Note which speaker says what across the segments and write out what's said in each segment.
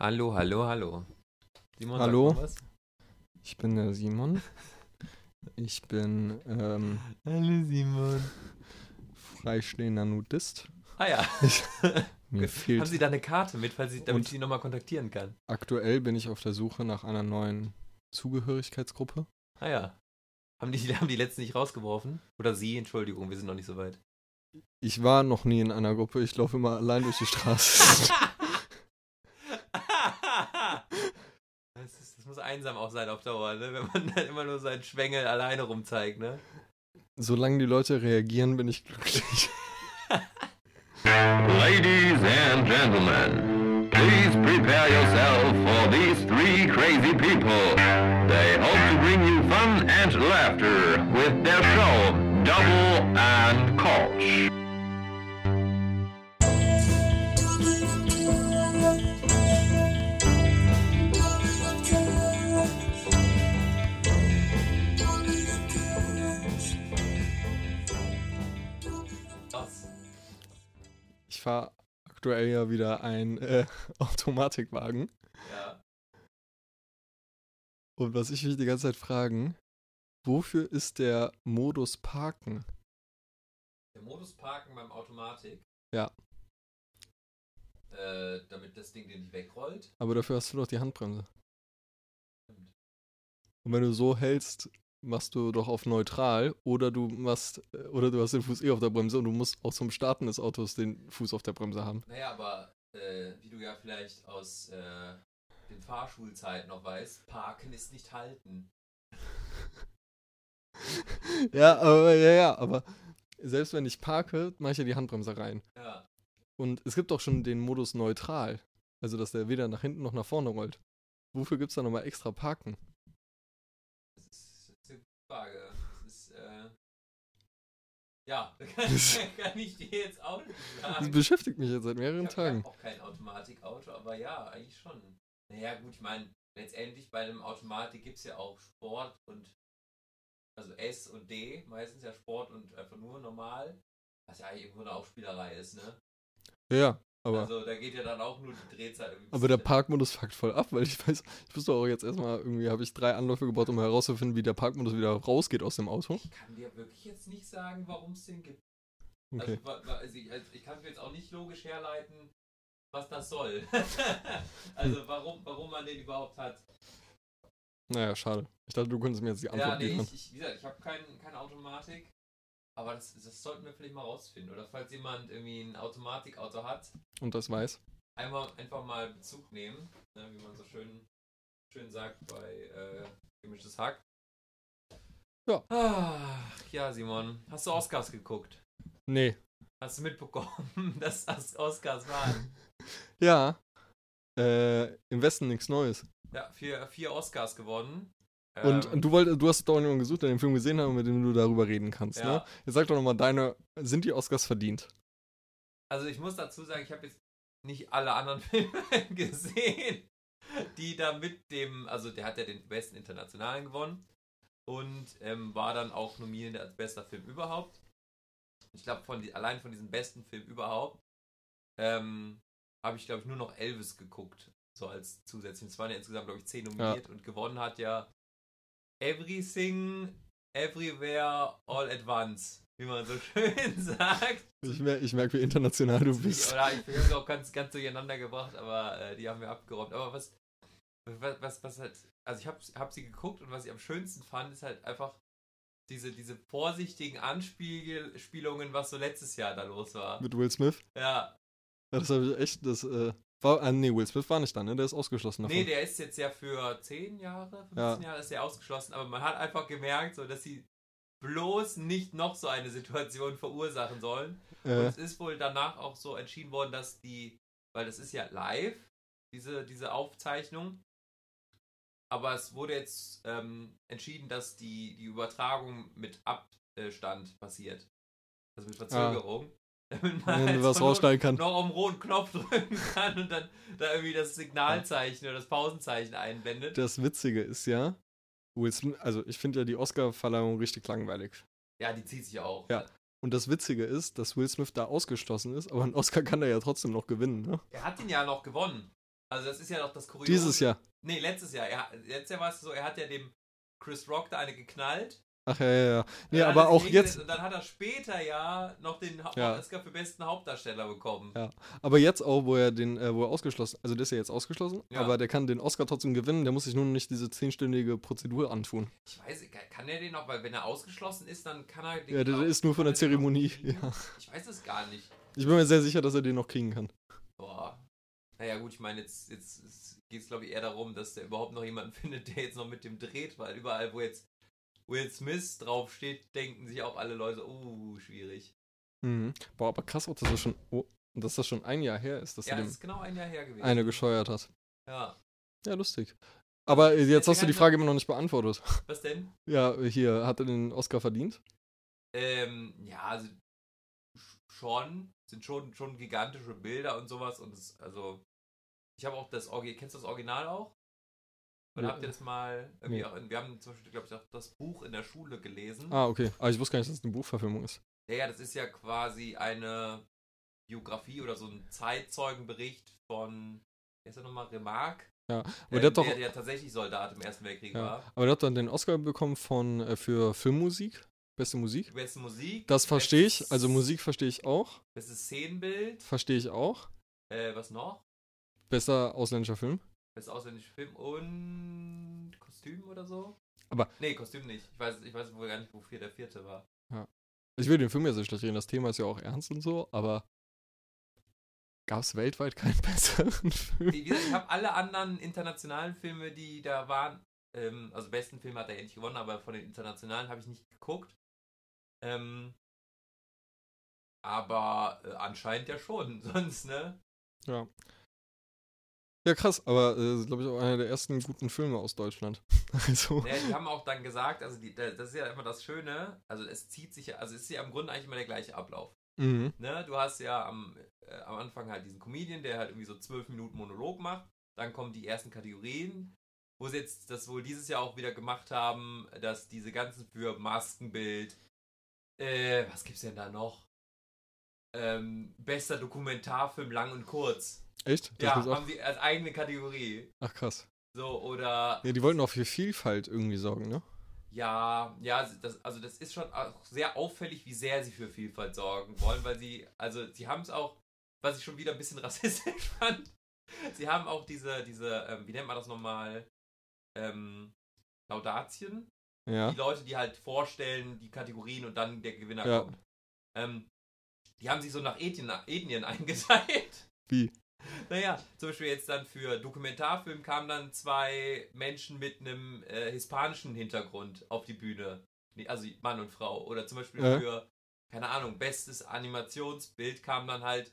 Speaker 1: Hallo, hallo, hallo. Simon, sag
Speaker 2: Hallo.
Speaker 1: mal was.
Speaker 2: Ich bin der Simon. Ich bin ähm,
Speaker 1: Hallo, Simon.
Speaker 2: freistehender Nudist.
Speaker 1: Ah ja. Haben Sie
Speaker 2: Mir fehlt,
Speaker 1: da eine Karte mit, falls ich, damit
Speaker 2: Und-
Speaker 1: ich Sie nochmal kontaktieren kann?
Speaker 2: aktuell bin ich auf der Suche nach einer neuen Zugehörigkeitsgruppe.
Speaker 1: Ah ja. Haben die, haben die letzten nicht rausgeworfen? Oder Sie, Entschuldigung, wir sind noch nicht so weit.
Speaker 2: Ich war noch nie in einer Gruppe, ich laufe immer allein durch die Straße.
Speaker 1: Das, ist, das muss einsam auch sein auf Dauer, ne? wenn man dann immer nur seinen Schwengel alleine rumzeigt. Ne?
Speaker 2: Solange die Leute reagieren, bin ich glücklich.
Speaker 3: Ladies and gentlemen, please prepare yourself for these three crazy people. They hope to bring you fun and laughter with their show, Double and Koch.
Speaker 1: Was?
Speaker 2: Ich fahre aktuell ja wieder einen äh, Automatikwagen.
Speaker 1: Ja.
Speaker 2: Und was ich mich die ganze Zeit fragen, wofür ist der Modus Parken?
Speaker 1: Der Modus parken beim Automatik.
Speaker 2: Ja.
Speaker 1: Äh, damit das Ding dir nicht wegrollt.
Speaker 2: Aber dafür hast du doch die Handbremse. Und wenn du so hältst, machst du doch auf neutral oder du machst oder du hast den Fuß eh auf der Bremse und du musst auch zum Starten des Autos den Fuß auf der Bremse haben.
Speaker 1: Naja, aber äh, wie du ja vielleicht aus äh, den Fahrschulzeiten noch weißt, parken ist nicht halten.
Speaker 2: ja, aber ja, ja, aber selbst wenn ich parke, mache ich ja die Handbremse rein.
Speaker 1: Ja.
Speaker 2: Und es gibt auch schon den Modus neutral, also dass der weder nach hinten noch nach vorne rollt. Wofür gibt's da nochmal extra Parken?
Speaker 1: Das ist, das ist eine gute Frage. Das ist, äh, ja, kann, kann ich dir jetzt auch nicht
Speaker 2: Das
Speaker 1: sagen.
Speaker 2: beschäftigt mich jetzt seit mehreren
Speaker 1: Ich habe
Speaker 2: Tagen.
Speaker 1: hab auch kein Automatikauto, aber ja, eigentlich schon. Naja, gut, ich meine, letztendlich bei einem Automatik gibt es ja auch Sport und, also S und D, meistens ja Sport und einfach nur normal. Was ja eigentlich irgendwo eine Aufspielerei ist, ne?
Speaker 2: Ja, ja, aber
Speaker 1: also da geht ja dann auch nur die Drehzahl irgendwie.
Speaker 2: Aber der
Speaker 1: bisschen-
Speaker 2: Parkmodus fuckt voll ab, weil ich weiß, ich wusste auch jetzt erstmal, irgendwie habe ich drei Anläufe gebaut, um herauszufinden, wie der Parkmodus wieder rausgeht aus dem Auto.
Speaker 1: Ich kann dir wirklich jetzt nicht sagen, warum es den gibt.
Speaker 2: Okay.
Speaker 1: Also, wa- wa- also, ich, also ich kann mir jetzt auch nicht logisch herleiten, was das soll.
Speaker 2: Hm.
Speaker 1: also warum, warum man den überhaupt hat.
Speaker 2: Naja, schade. Ich dachte, du könntest mir jetzt die
Speaker 1: Ja,
Speaker 2: Antwort
Speaker 1: nee,
Speaker 2: liefern.
Speaker 1: ich, ich, wie gesagt, ich habe kein, keine Automatik. Aber das, das sollten wir vielleicht mal rausfinden. Oder falls jemand irgendwie ein Automatikauto hat,
Speaker 2: Und das weiß.
Speaker 1: einmal einfach mal Bezug nehmen, ne, wie man so schön, schön sagt bei äh, gemischtes Hack.
Speaker 2: Ja.
Speaker 1: Ach, ja, Simon, hast du Oscars geguckt?
Speaker 2: Nee.
Speaker 1: Hast du mitbekommen, dass das Oscars waren?
Speaker 2: Ja. Äh, im Westen nichts Neues.
Speaker 1: Ja, vier, vier Oscars gewonnen. Ähm,
Speaker 2: Und du wolltest, du hast doch jemanden gesucht, der den Film gesehen hat und mit dem du darüber reden kannst,
Speaker 1: ja,
Speaker 2: ne? Jetzt sag doch nochmal deine, sind die Oscars verdient?
Speaker 1: Also ich muss dazu sagen, ich habe jetzt nicht alle anderen Filme gesehen, die da mit dem, also der hat ja den besten internationalen gewonnen und ähm, war dann auch nominiert als bester Film überhaupt. Ich glaube, von die, allein von diesem besten Film überhaupt ähm, habe ich, glaube ich, nur noch Elvis geguckt, so als zusätzlich. Es waren ja insgesamt, glaube ich, zehn nominiert und gewonnen hat ja Everything, Everywhere, All at Once, wie man so schön sagt.
Speaker 2: Ich, mer ich merke, wie international du bist.
Speaker 1: Oder ich habe es auch ganz, ganz durcheinander gebracht, aber äh, die haben wir abgeräumt. Aber was, was, was, was halt, also ich habe hab sie geguckt und was ich am schönsten fand, ist halt einfach diese, diese vorsichtigen Anspielungen, was so letztes Jahr da los war.
Speaker 2: Mit Will Smith.
Speaker 1: Ja,
Speaker 2: Ja, Das habe ich echt, das, äh, war, ah, nee, Will Smith war nicht da, ne? Der ist ausgeschlossen davon.
Speaker 1: nee, der ist jetzt ja für 10 Jahre, 15
Speaker 2: Ja.
Speaker 1: Jahre ist der ausgeschlossen, aber man hat einfach gemerkt, so, dass sie bloß nicht noch so eine Situation verursachen sollen. Und
Speaker 2: äh,
Speaker 1: es ist wohl danach auch so entschieden worden, dass die, weil das ist ja live, diese, diese Aufzeichnung. Aber es wurde jetzt ähm, entschieden, dass die, die Übertragung mit Abstand passiert. Also mit Verzögerung. Damit man
Speaker 2: Ah. wenn du
Speaker 1: jetzt
Speaker 2: was
Speaker 1: von unten
Speaker 2: rausschneiden kannst.
Speaker 1: noch auf den roten Knopf drücken kann und dann da irgendwie das Signalzeichen oder das Pausenzeichen einblendet.
Speaker 2: Das Witzige ist ja, Will Smith, also ich finde ja die Oscar-Verleihung richtig langweilig.
Speaker 1: Ja, die zieht sich auch.
Speaker 2: Ja. Und das Witzige ist, dass Will Smith da ausgeschlossen ist, aber einen Oscar kann er ja trotzdem noch gewinnen, ne?
Speaker 1: Er hat den ja noch gewonnen. Also das ist ja doch das Kuriose.
Speaker 2: Dieses Jahr.
Speaker 1: Nee, letztes Jahr. Er, letztes Jahr war es so, er hat ja dem Chris Rock da eine geknallt.
Speaker 2: Ach ja, ja, ja. Nee,
Speaker 1: Dann hat
Speaker 2: aber
Speaker 1: es
Speaker 2: auch
Speaker 1: geregnet
Speaker 2: jetzt,
Speaker 1: Und dann hat er später ja noch den ha
Speaker 2: Ja.
Speaker 1: Oscar für besten Hauptdarsteller bekommen.
Speaker 2: Ja. aber jetzt auch, wo er den, äh, wo er ausgeschlossen, also der ist ja jetzt ausgeschlossen,
Speaker 1: Ja.
Speaker 2: aber der kann den Oscar trotzdem gewinnen, der muss sich nun nicht diese zehnstündige Prozedur antun.
Speaker 1: Ich weiß, kann- kann er den noch, weil wenn er ausgeschlossen ist, dann kann er den.
Speaker 2: Ja, der,
Speaker 1: glaub-
Speaker 2: der ist nur von der
Speaker 1: kann er den noch
Speaker 2: Zeremonie.
Speaker 1: kriegen?
Speaker 2: Ja.
Speaker 1: Ich weiß es gar nicht.
Speaker 2: Ich bin mir sehr sicher, dass er den noch kriegen kann.
Speaker 1: Boah. Naja, gut, ich meine, jetzt, jetzt geht es, glaube ich, eher darum, dass der überhaupt noch jemanden findet, der jetzt noch mit dem dreht, weil überall, wo jetzt Will Smith draufsteht, denken sich auch alle Leute, oh, schwierig.
Speaker 2: Mhm. Boah, aber krass auch, dass das schon, oh, dass das schon ein Jahr her ist, dass
Speaker 1: Ja,
Speaker 2: er
Speaker 1: das
Speaker 2: dem
Speaker 1: ist genau ein Jahr her gewesen.
Speaker 2: eine gescheuert hat.
Speaker 1: Ja.
Speaker 2: Ja, lustig. Aber äh, jetzt
Speaker 1: Ja,
Speaker 2: hast du die
Speaker 1: der-
Speaker 2: Frage immer noch nicht beantwortet.
Speaker 1: Was denn?
Speaker 2: Ja, hier, hat er den Oscar verdient?
Speaker 1: Ähm, ja, also sch- schon, sind schon, schon gigantische Bilder und sowas und es, also, ich habe auch das Original, kennst du das Original auch? Oder
Speaker 2: Ja.
Speaker 1: habt ihr das mal irgendwie
Speaker 2: Nee.
Speaker 1: auch, in- wir haben zum Beispiel, glaube ich, auch das Buch in der Schule gelesen.
Speaker 2: Ah, okay. Aber ich wusste gar nicht, dass es eine Buchverfilmung ist.
Speaker 1: Ja, ja, das ist ja quasi eine Biografie oder so ein Zeitzeugenbericht von, wer ist er nochmal, Remarque?
Speaker 2: Ja, aber
Speaker 1: Ähm,
Speaker 2: der hat doch-
Speaker 1: der, der tatsächlich Soldat im Ersten Weltkrieg
Speaker 2: Ja.
Speaker 1: war.
Speaker 2: Aber der hat dann den Oscar bekommen von, äh, für Filmmusik, beste
Speaker 1: Die
Speaker 2: Musik.
Speaker 1: Beste Musik.
Speaker 2: Das verstehe ich,
Speaker 1: bestes-
Speaker 2: also Musik verstehe ich auch,
Speaker 1: Bestes Szenenbild.
Speaker 2: verstehe ich auch.
Speaker 1: Äh, was noch?
Speaker 2: Bester ausländischer Film.
Speaker 1: Bestes ausländischer Film und Kostüm oder so?
Speaker 2: Aber-
Speaker 1: Nee, Kostüm nicht. Ich weiß, ich weiß wohl gar nicht, wofür der vierte war.
Speaker 2: Ich will den Film ja so schlecht reden, das Thema ist ja auch ernst und so, aber gab es weltweit keinen besseren Film?
Speaker 1: Wie gesagt, ich habe alle anderen internationalen Filme, die da waren, ähm, also besten Film hat er ja nicht gewonnen, aber von den internationalen habe ich nicht geguckt. Ähm, aber äh, anscheinend ja schon, sonst, ne?
Speaker 2: Ja, krass, aber äh, ist, glaube ich, auch einer der ersten guten Filme aus Deutschland. Also,
Speaker 1: Naja, die haben auch dann gesagt, also die, das ist ja immer das Schöne, also es zieht sich ja, also es ist ja im Grunde eigentlich immer der gleiche Ablauf.
Speaker 2: mhm.
Speaker 1: ne, du hast ja am, äh, am Anfang halt diesen Comedian, der halt irgendwie so zwölf Minuten Monolog macht. Dann kommen die ersten Kategorien, wo sie jetzt das wohl dieses Jahr auch wieder gemacht haben, dass diese ganzen für Maskenbild, äh, was gibt's denn da noch? Ähm, bester Dokumentarfilm lang und kurz.
Speaker 2: echt? Das
Speaker 1: ja,
Speaker 2: gibt's auch?
Speaker 1: haben sie als eigene Kategorie.
Speaker 2: Ach, krass.
Speaker 1: So, oder
Speaker 2: Ja, die wollten auch für Vielfalt irgendwie sorgen, ne?
Speaker 1: Ja, ja, das, also das ist schon auch sehr auffällig, wie sehr sie für Vielfalt sorgen wollen, weil sie, also sie haben es auch, was ich schon wieder ein bisschen rassistisch fand, sie haben auch diese, diese, ähm, wie nennt man das nochmal, ähm, Laudatien,
Speaker 2: Ja.
Speaker 1: die Leute, die halt vorstellen, die Kategorien und dann der Gewinner
Speaker 2: Ja.
Speaker 1: kommt. Ähm, die haben sich so nach Ethnien, Ethnien eingeteilt.
Speaker 2: Wie?
Speaker 1: Naja, zum Beispiel jetzt dann für Dokumentarfilm kamen dann zwei Menschen mit einem äh, hispanischen Hintergrund auf die Bühne. Nee, Also Mann und Frau. Oder zum Beispiel
Speaker 2: Ja.
Speaker 1: für, keine Ahnung, bestes Animationsbild kamen dann halt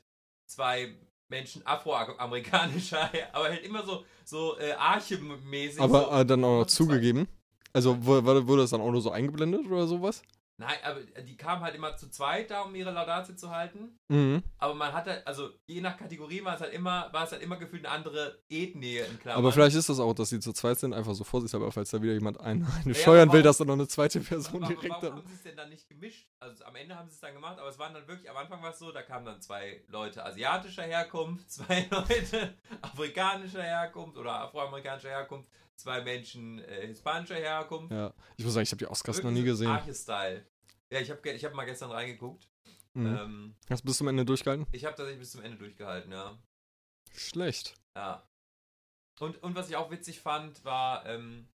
Speaker 1: zwei Menschen afroamerikanischer, aber halt immer so, so äh, Arche-mäßig. so.
Speaker 2: Aber äh, dann auch noch
Speaker 1: Und zwei-
Speaker 2: zugegeben. Also wo- wurde wurde das dann auch nur so eingeblendet oder sowas?
Speaker 1: Nein, aber die kamen halt immer zu zweit da, um ihre Laudatio zu halten.
Speaker 2: Mhm.
Speaker 1: Aber man hat halt, also je nach Kategorie war es halt immer, war es halt immer gefühlt eine andere Ethnie in Klammern.
Speaker 2: Aber vielleicht ist das auch, dass sie zu zweit sind, einfach so vorsichtshalber, falls da wieder jemand einen, einen
Speaker 1: Ja,
Speaker 2: steuern
Speaker 1: aber
Speaker 2: will,
Speaker 1: warum-
Speaker 2: dass dann noch eine zweite
Speaker 1: warum,
Speaker 2: Person direkt
Speaker 1: warum
Speaker 2: da.
Speaker 1: haben sie es denn dann nicht gemischt? Also am Ende haben sie es dann gemacht, aber es waren dann wirklich, am Anfang war es so, da kamen dann zwei Leute asiatischer Herkunft, zwei Leute afrikanischer Herkunft oder afroamerikanischer Herkunft, zwei Menschen äh, hispanischer Herkunft.
Speaker 2: Ja, ich muss sagen, ich habe die Oscars noch
Speaker 1: Wirklich
Speaker 2: nie
Speaker 1: so
Speaker 2: gesehen.
Speaker 1: Arche-Style. Ja, ich habe ich hab mal gestern reingeguckt.
Speaker 2: Mhm.
Speaker 1: Ähm,
Speaker 2: Hast du bis zum Ende durchgehalten?
Speaker 1: ich habe tatsächlich bis zum Ende durchgehalten, ja.
Speaker 2: Schlecht.
Speaker 1: Ja. Und, und was ich auch witzig fand, war, ähm,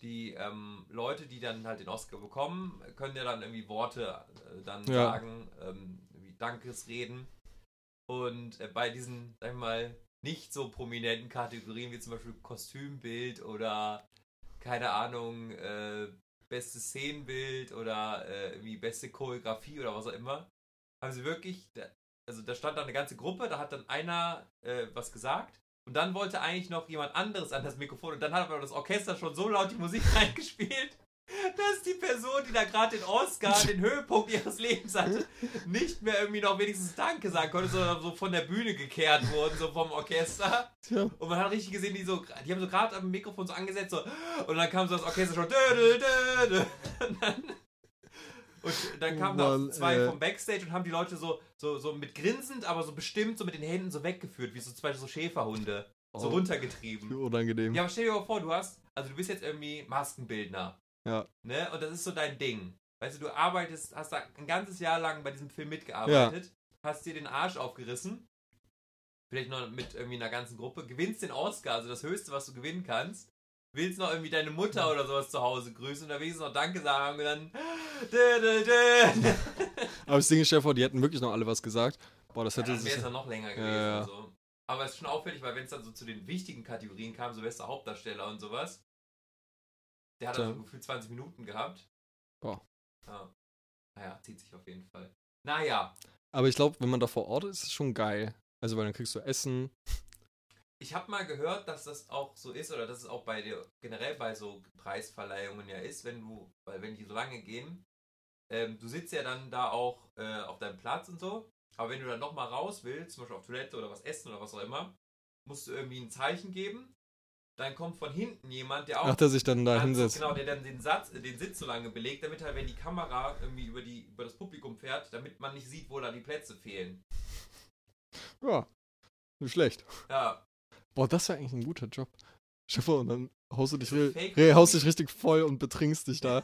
Speaker 1: die ähm, Leute, die dann halt den Oscar bekommen, können ja dann irgendwie Worte äh, dann
Speaker 2: Ja.
Speaker 1: sagen, ähm, wie Dankesreden. Und äh, bei diesen, sag ich mal, nicht so prominenten Kategorien wie zum Beispiel Kostümbild oder keine Ahnung, äh, bestes Szenenbild oder äh, irgendwie beste Choreografie oder was auch immer, haben sie wirklich, da- also da stand dann eine ganze Gruppe, da hat dann einer äh, was gesagt und dann wollte eigentlich noch jemand anderes an das Mikrofon und dann hat aber das Orchester schon so laut die Musik reingespielt, dass die Person, die da gerade den Oscar, den Höhepunkt ihres Lebens hatte, nicht mehr irgendwie noch wenigstens Danke sagen konnte, sondern so von der Bühne gekehrt wurden, so vom Orchester.
Speaker 2: Tja.
Speaker 1: Und man hat richtig gesehen, die, so, die haben so gerade am Mikrofon so angesetzt so, und dann kam so das Orchester schon. Dö, dö, dö, dö. Und dann, und dann
Speaker 2: Oh
Speaker 1: kamen
Speaker 2: Mann,
Speaker 1: da zwei
Speaker 2: ey.
Speaker 1: vom Backstage und haben die Leute so, so, so mit grinsend, aber so bestimmt so mit den Händen so weggeführt, wie so zwei so Schäferhunde. So
Speaker 2: Oh,
Speaker 1: runtergetrieben.
Speaker 2: Unangenehm.
Speaker 1: Ja, aber stell dir mal vor, du hast, also du bist jetzt irgendwie Maskenbildner.
Speaker 2: Ja.
Speaker 1: Ne? Und das ist so dein Ding. Weißt du, du arbeitest, hast da ein ganzes Jahr lang bei diesem Film mitgearbeitet, hast dir den Arsch aufgerissen, vielleicht noch mit irgendwie einer ganzen Gruppe, gewinnst den Oscar, also das Höchste, was du gewinnen kannst, willst noch irgendwie deine Mutter oder sowas zu Hause grüßen oder wenigstens noch Danke sagen und dann. Dä, dä, dä.
Speaker 2: Aber das Ding ist, stell dir vor, die hätten wirklich noch alle was gesagt. Boah, das
Speaker 1: Ja,
Speaker 2: hätte
Speaker 1: dann
Speaker 2: sich.
Speaker 1: wäre es dann noch länger gewesen.
Speaker 2: ja.
Speaker 1: und so. Aber es ist schon auffällig, weil wenn es dann so zu den wichtigen Kategorien kam, so bester Hauptdarsteller und sowas, der hat
Speaker 2: Tja.
Speaker 1: also gefühlt 20 Minuten gehabt.
Speaker 2: Boah.
Speaker 1: Ja. Naja, zieht sich auf jeden Fall. Naja,
Speaker 2: Aber ich glaube, wenn man da vor Ort ist, ist es schon geil. Also, weil dann kriegst du Essen.
Speaker 1: ich habe mal gehört, dass das auch so ist, oder dass es auch bei dir generell bei so Preisverleihungen ja ist, wenn du, weil wenn die so lange gehen, ähm, du sitzt ja dann da auch äh, auf deinem Platz und so, aber wenn du dann nochmal raus willst, zum Beispiel auf Toilette oder was essen oder was auch immer, musst du irgendwie ein Zeichen geben. Dann kommt von hinten jemand, der auch.
Speaker 2: Ach, der sich dann da
Speaker 1: also,
Speaker 2: hinsetzt.
Speaker 1: Genau, der dann den, Satz, äh, den Sitz so lange belegt, damit halt, wenn die Kamera irgendwie über, die, über das Publikum fährt, damit man nicht sieht, wo da die Plätze fehlen. genau.
Speaker 2: Ja. Nicht schlecht.
Speaker 1: Ja,
Speaker 2: Boah, das wäre eigentlich ein guter Job. Schiffer, und dann haust du dich,
Speaker 1: So
Speaker 2: re
Speaker 1: fake-
Speaker 2: re haust dich richtig voll und betrinkst dich da.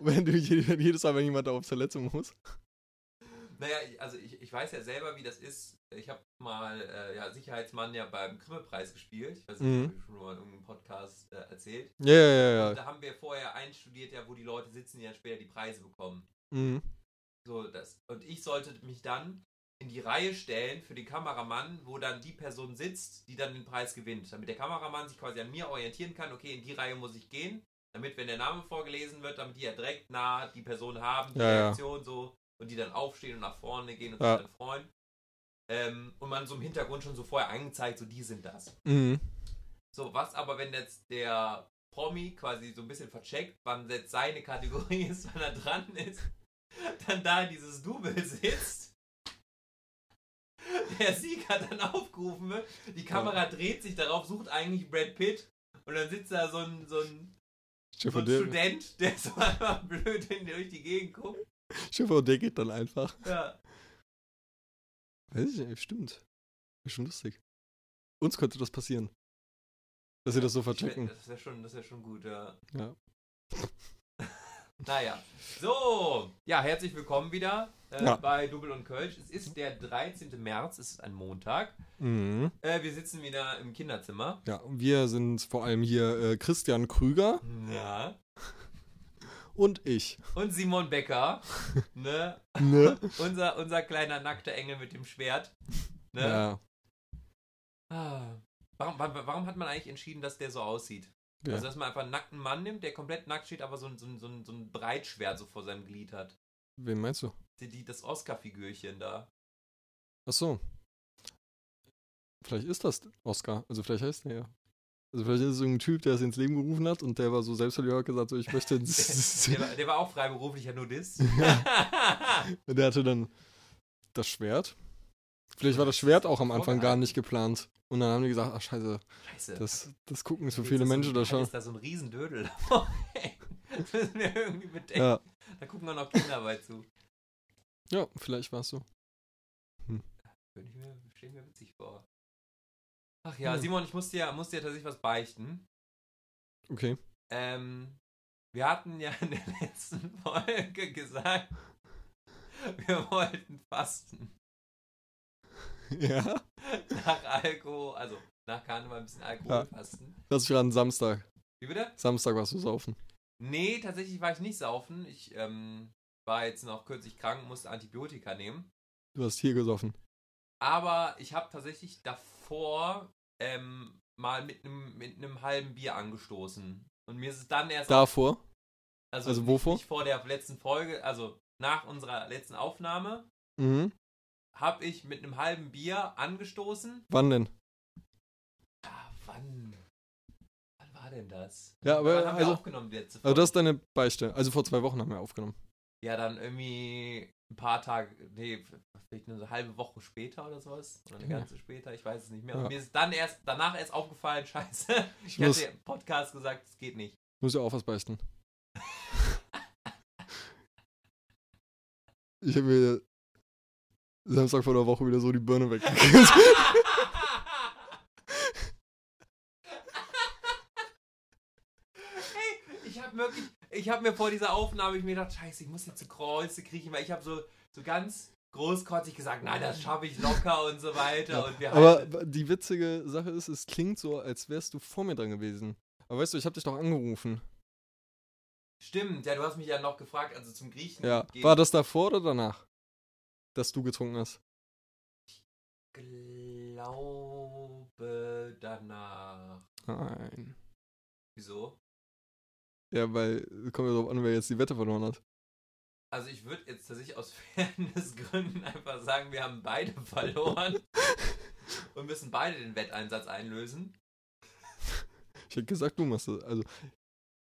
Speaker 2: wenn du je wenn jedes Mal, wenn jemand da auf Toilette muss.
Speaker 1: naja, ich- also ich, ich weiß ja selber, wie das ist. Ich habe mal äh, ja, Sicherheitsmann ja beim Grimme-Preis gespielt. Ich weiß nicht,
Speaker 2: Mhm.
Speaker 1: hab ich schon mal in irgendeinem Podcast äh, erzählt.
Speaker 2: Ja, ja, ja,
Speaker 1: Und
Speaker 2: ja.
Speaker 1: da haben wir vorher einstudiert, ja, wo die Leute sitzen, die dann später die Preise bekommen.
Speaker 2: Mhm.
Speaker 1: So, das. Und ich sollte mich dann in die Reihe stellen für den Kameramann, wo dann die Person sitzt, die dann den Preis gewinnt. Damit der Kameramann sich quasi an mir orientieren kann, okay, in die Reihe muss ich gehen, damit, wenn der Name vorgelesen wird, damit die ja direkt nah die Person haben, die
Speaker 2: Ja, ja.
Speaker 1: Reaktion so, und die dann aufstehen und nach vorne gehen und
Speaker 2: Ja.
Speaker 1: sich dann freuen. Ähm, und man so im Hintergrund schon so vorher angezeigt, so die sind das.
Speaker 2: Mhm.
Speaker 1: So, was aber, wenn jetzt der Promi quasi so ein bisschen vercheckt, wann jetzt seine Kategorie ist, wann er dran ist, dann da in dieses Double sitzt. Der Sieger dann aufgerufen wird, die Kamera dreht sich darauf, sucht eigentlich Brad Pitt und dann sitzt da so ein, so ein, so
Speaker 2: Schiffer,
Speaker 1: ein
Speaker 2: der,
Speaker 1: Student, der so einmal blöd in- durch die Gegend guckt.
Speaker 2: Schiffer, und der geht dann einfach.
Speaker 1: Ja.
Speaker 2: Weiß ich nicht, stimmt. Ist schon lustig. Uns könnte das passieren. Dass sie das so
Speaker 1: Ich wär-
Speaker 2: verchecken.
Speaker 1: Das wäre schon, das wär schon gut, ja.
Speaker 2: Ja.
Speaker 1: Naja. So, ja, herzlich willkommen wieder äh,
Speaker 2: Ja.
Speaker 1: bei Double und Kölsch. Es ist der 13. März, es ist ein Montag.
Speaker 2: Mhm.
Speaker 1: Äh, wir sitzen wieder im Kinderzimmer.
Speaker 2: Ja, und wir sind vor allem hier äh, Christian Krüger
Speaker 1: Ja.
Speaker 2: und ich.
Speaker 1: Und Simon Becker, ne?
Speaker 2: Ne?
Speaker 1: Unser, unser kleiner nackter Engel mit dem Schwert. Ne?
Speaker 2: Ja.
Speaker 1: Ah. Warum, warum, warum hat man eigentlich entschieden, dass der so aussieht?
Speaker 2: Ja.
Speaker 1: Also, dass man einfach einen nackten Mann nimmt, der komplett nackt steht, aber so ein, so ein, so ein, so ein Breitschwert so vor seinem Glied hat.
Speaker 2: Wen meinst du?
Speaker 1: Die, die, das Oscar-Figürchen da.
Speaker 2: Ach so. Vielleicht ist das Oscar. Also vielleicht heißt der ja. Also vielleicht ist es irgendein Typ, der es ins Leben gerufen hat und der war so selbstverliebt und hat gesagt, so, ich möchte... ins-
Speaker 1: Der, war- der war auch freiberuflicher Nudist.
Speaker 2: und der hatte dann das Schwert. Vielleicht war das Schwert auch am Anfang gar nicht geplant. Und dann haben die gesagt, ach scheiße,
Speaker 1: Scheiße.
Speaker 2: das, das gucken so
Speaker 1: Jetzt
Speaker 2: viele
Speaker 1: ist so-
Speaker 2: Menschen da schon.
Speaker 1: Ist da so ein Riesendödel davor? das müssen wir irgendwie bedenken.
Speaker 2: Ja,
Speaker 1: Da gucken auch noch Kinder bei zu.
Speaker 2: ja, vielleicht war es so.
Speaker 1: Würde ich mir, stell ich mir witzig vor. Ach ja,
Speaker 2: Hm.
Speaker 1: Simon, ich muss dir, muss dir tatsächlich was beichten.
Speaker 2: Okay.
Speaker 1: Ähm, wir hatten ja in der letzten Folge gesagt, wir wollten fasten.
Speaker 2: Ja?
Speaker 1: Nach Alkohol, also nach Karneval ein bisschen Alkohol
Speaker 2: Ja.
Speaker 1: fasten.
Speaker 2: Das ist gerade ein Samstag.
Speaker 1: Wie bitte?
Speaker 2: Samstag warst du saufen.
Speaker 1: Nee, tatsächlich war ich nicht saufen. Ich ähm, war jetzt noch kürzlich krank, musste Antibiotika nehmen.
Speaker 2: Du hast hier gesoffen.
Speaker 1: Aber ich habe tatsächlich davor ähm, mal mit einem mit einem halben Bier angestoßen. Und mir ist es dann erst.
Speaker 2: Davor?
Speaker 1: also
Speaker 2: also
Speaker 1: nicht-
Speaker 2: wovor?
Speaker 1: Nicht vor der letzten Folge, also nach unserer letzten Aufnahme,
Speaker 2: Mhm.
Speaker 1: habe ich mit einem halben Bier angestoßen.
Speaker 2: Wann denn?
Speaker 1: Ah, wann? Wann war denn das?
Speaker 2: Ja, aber
Speaker 1: wann haben wir
Speaker 2: also,
Speaker 1: aufgenommen die letzte
Speaker 2: also
Speaker 1: Folge?
Speaker 2: das ist deine Beichte. Also vor zwei Wochen haben wir aufgenommen.
Speaker 1: Ja, dann irgendwie ein paar Tage, nee, vielleicht nur eine halbe Woche später oder sowas. Oder eine
Speaker 2: Ja.
Speaker 1: ganze später, ich weiß es nicht mehr. Und
Speaker 2: Ja.
Speaker 1: mir ist dann erst, danach erst aufgefallen, scheiße. Ich
Speaker 2: muss-
Speaker 1: hatte im Podcast gesagt, es geht nicht.
Speaker 2: Muss ja auch was beichten. ich habe mir Samstag vor der Woche wieder so die Birne weggekriegt.
Speaker 1: ich habe wirklich, ich habe mir vor dieser Aufnahme, ich mir gedacht, scheiße, ich muss jetzt zu Kreuze kriechen, weil ich habe so, so ganz großkotzig gesagt, nein, das schaffe ich locker und so weiter.
Speaker 2: Ja,
Speaker 1: und wir
Speaker 2: Aber
Speaker 1: halten-
Speaker 2: die witzige Sache ist, es klingt so, als wärst du vor mir dran gewesen. Aber weißt du, ich habe dich doch angerufen.
Speaker 1: Stimmt, ja, du hast mich ja noch gefragt, also zum Griechen
Speaker 2: Ja.
Speaker 1: gehen.
Speaker 2: War das davor oder danach? Dass du getrunken hast.
Speaker 1: glaube danach.
Speaker 2: Nein.
Speaker 1: Wieso?
Speaker 2: Ja, weil kommt ja darauf an, wer jetzt die Wette verloren hat.
Speaker 1: Also ich würde jetzt tatsächlich aus Fairnessgründen einfach sagen, wir haben beide verloren und müssen beide den Wetteinsatz einlösen.
Speaker 2: Ich hätte gesagt, du machst das. Also,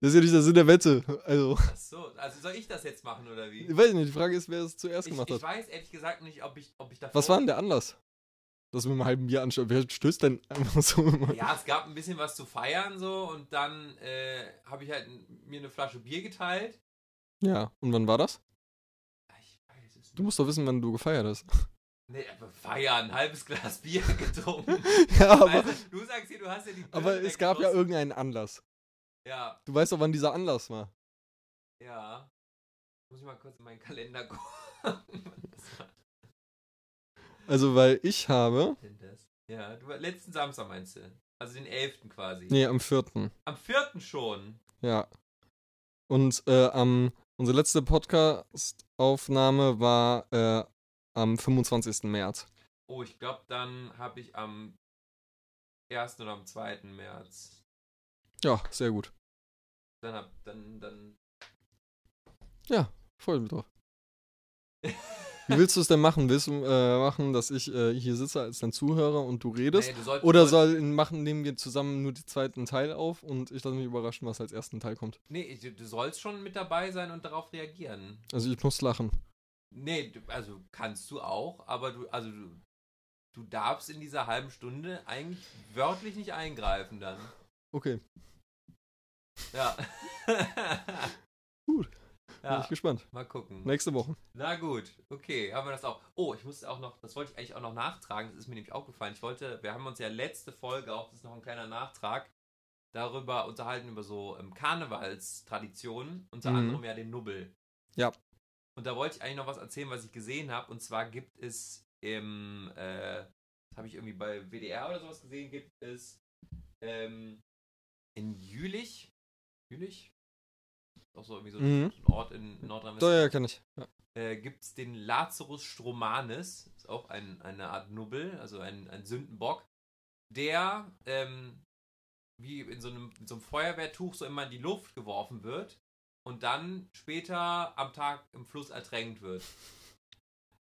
Speaker 2: das ist ja nicht der Sinn der Wette. Also,
Speaker 1: Ach so, also soll ich das jetzt machen oder wie?
Speaker 2: ich weiß nicht, die Frage ist, wer es zuerst
Speaker 1: Ich,
Speaker 2: gemacht
Speaker 1: ich
Speaker 2: hat.
Speaker 1: weiß ehrlich gesagt nicht, ob ich, ob ich davor...
Speaker 2: Was war denn der Anlass? Dass wir mit einem halben Bier anschauen. Wer stößt denn einfach so? immer-
Speaker 1: Ja, es gab ein bisschen was zu feiern so und dann äh, habe ich halt n- mir eine Flasche Bier geteilt. Ah,
Speaker 2: ja. Und wann war das?
Speaker 1: Ich weiß es
Speaker 2: Du
Speaker 1: nicht.
Speaker 2: musst doch wissen, wann du gefeiert hast.
Speaker 1: Nee, aber feiern, ein halbes Glas Bier getrunken.
Speaker 2: ja, aber,
Speaker 1: Weißt Also, du, du sagst hier, du hast ja die Birne
Speaker 2: aber es gab ja
Speaker 1: weggeschossen.
Speaker 2: irgendeinen Anlass.
Speaker 1: Ja,
Speaker 2: Du weißt doch, wann dieser Anlass war.
Speaker 1: ja. Muss ich mal kurz in meinen Kalender gucken. Was war
Speaker 2: Also, weil ich habe.
Speaker 1: denn das? Ja, du war letzten Samstag meinst du? Also den 11. quasi.
Speaker 2: Nee, am 4.
Speaker 1: Am 4. schon.
Speaker 2: Ja. Und äh, am, unsere letzte Podcast-Aufnahme war äh, am 25. März.
Speaker 1: Oh, ich glaube, dann habe ich am 1. oder am 2. März.
Speaker 2: Ja, sehr gut.
Speaker 1: Dann hab, dann, dann.
Speaker 2: Freut mich doch. Wie willst du es denn machen? Willst du äh, machen, dass ich äh, hier sitze als dein Zuhörer und du redest?
Speaker 1: Nee, du sollst-
Speaker 2: Oder
Speaker 1: du sollst-
Speaker 2: soll machen, nehmen wir zusammen nur den zweiten Teil auf und ich lasse mich überraschen, was als ersten Teil kommt.
Speaker 1: Nee, ich- du sollst schon mit dabei sein und darauf reagieren.
Speaker 2: Also ich muss lachen.
Speaker 1: Nee, du- also kannst du auch, aber du, also du, du darfst in dieser halben Stunde eigentlich wörtlich nicht eingreifen dann.
Speaker 2: Okay,
Speaker 1: Ja.
Speaker 2: Gut. bin
Speaker 1: Ja,
Speaker 2: ich gespannt.
Speaker 1: mal gucken.
Speaker 2: Nächste Woche.
Speaker 1: Na gut, okay, haben wir das auch. Oh, ich musste auch noch, das wollte ich eigentlich auch noch nachtragen, das ist mir nämlich aufgefallen. Ich wollte, wir haben uns ja letzte Folge, auch das ist noch ein kleiner Nachtrag, darüber unterhalten, über so ähm, Karnevalstraditionen, unter
Speaker 2: Mhm.
Speaker 1: anderem ja den Nubbel.
Speaker 2: Ja.
Speaker 1: Und da wollte ich eigentlich noch was erzählen, was ich gesehen habe. Und zwar gibt es im, äh, das habe ich irgendwie bei WDR oder sowas gesehen, gibt es ähm, in Jülich, Jülich? Auch so irgendwie so ein
Speaker 2: Mhm.
Speaker 1: Ort in
Speaker 2: Da
Speaker 1: Nordrhein-Westfalen
Speaker 2: ja, kann ich. Ja.
Speaker 1: äh, gibt es den Lazarus Stromanes, ist auch ein, eine Art Nubbel, also ein, ein Sündenbock, der ähm, wie in so einem, mit so einem Feuerwehrtuch so immer in die Luft geworfen wird und dann später am Tag im Fluss ertränkt wird.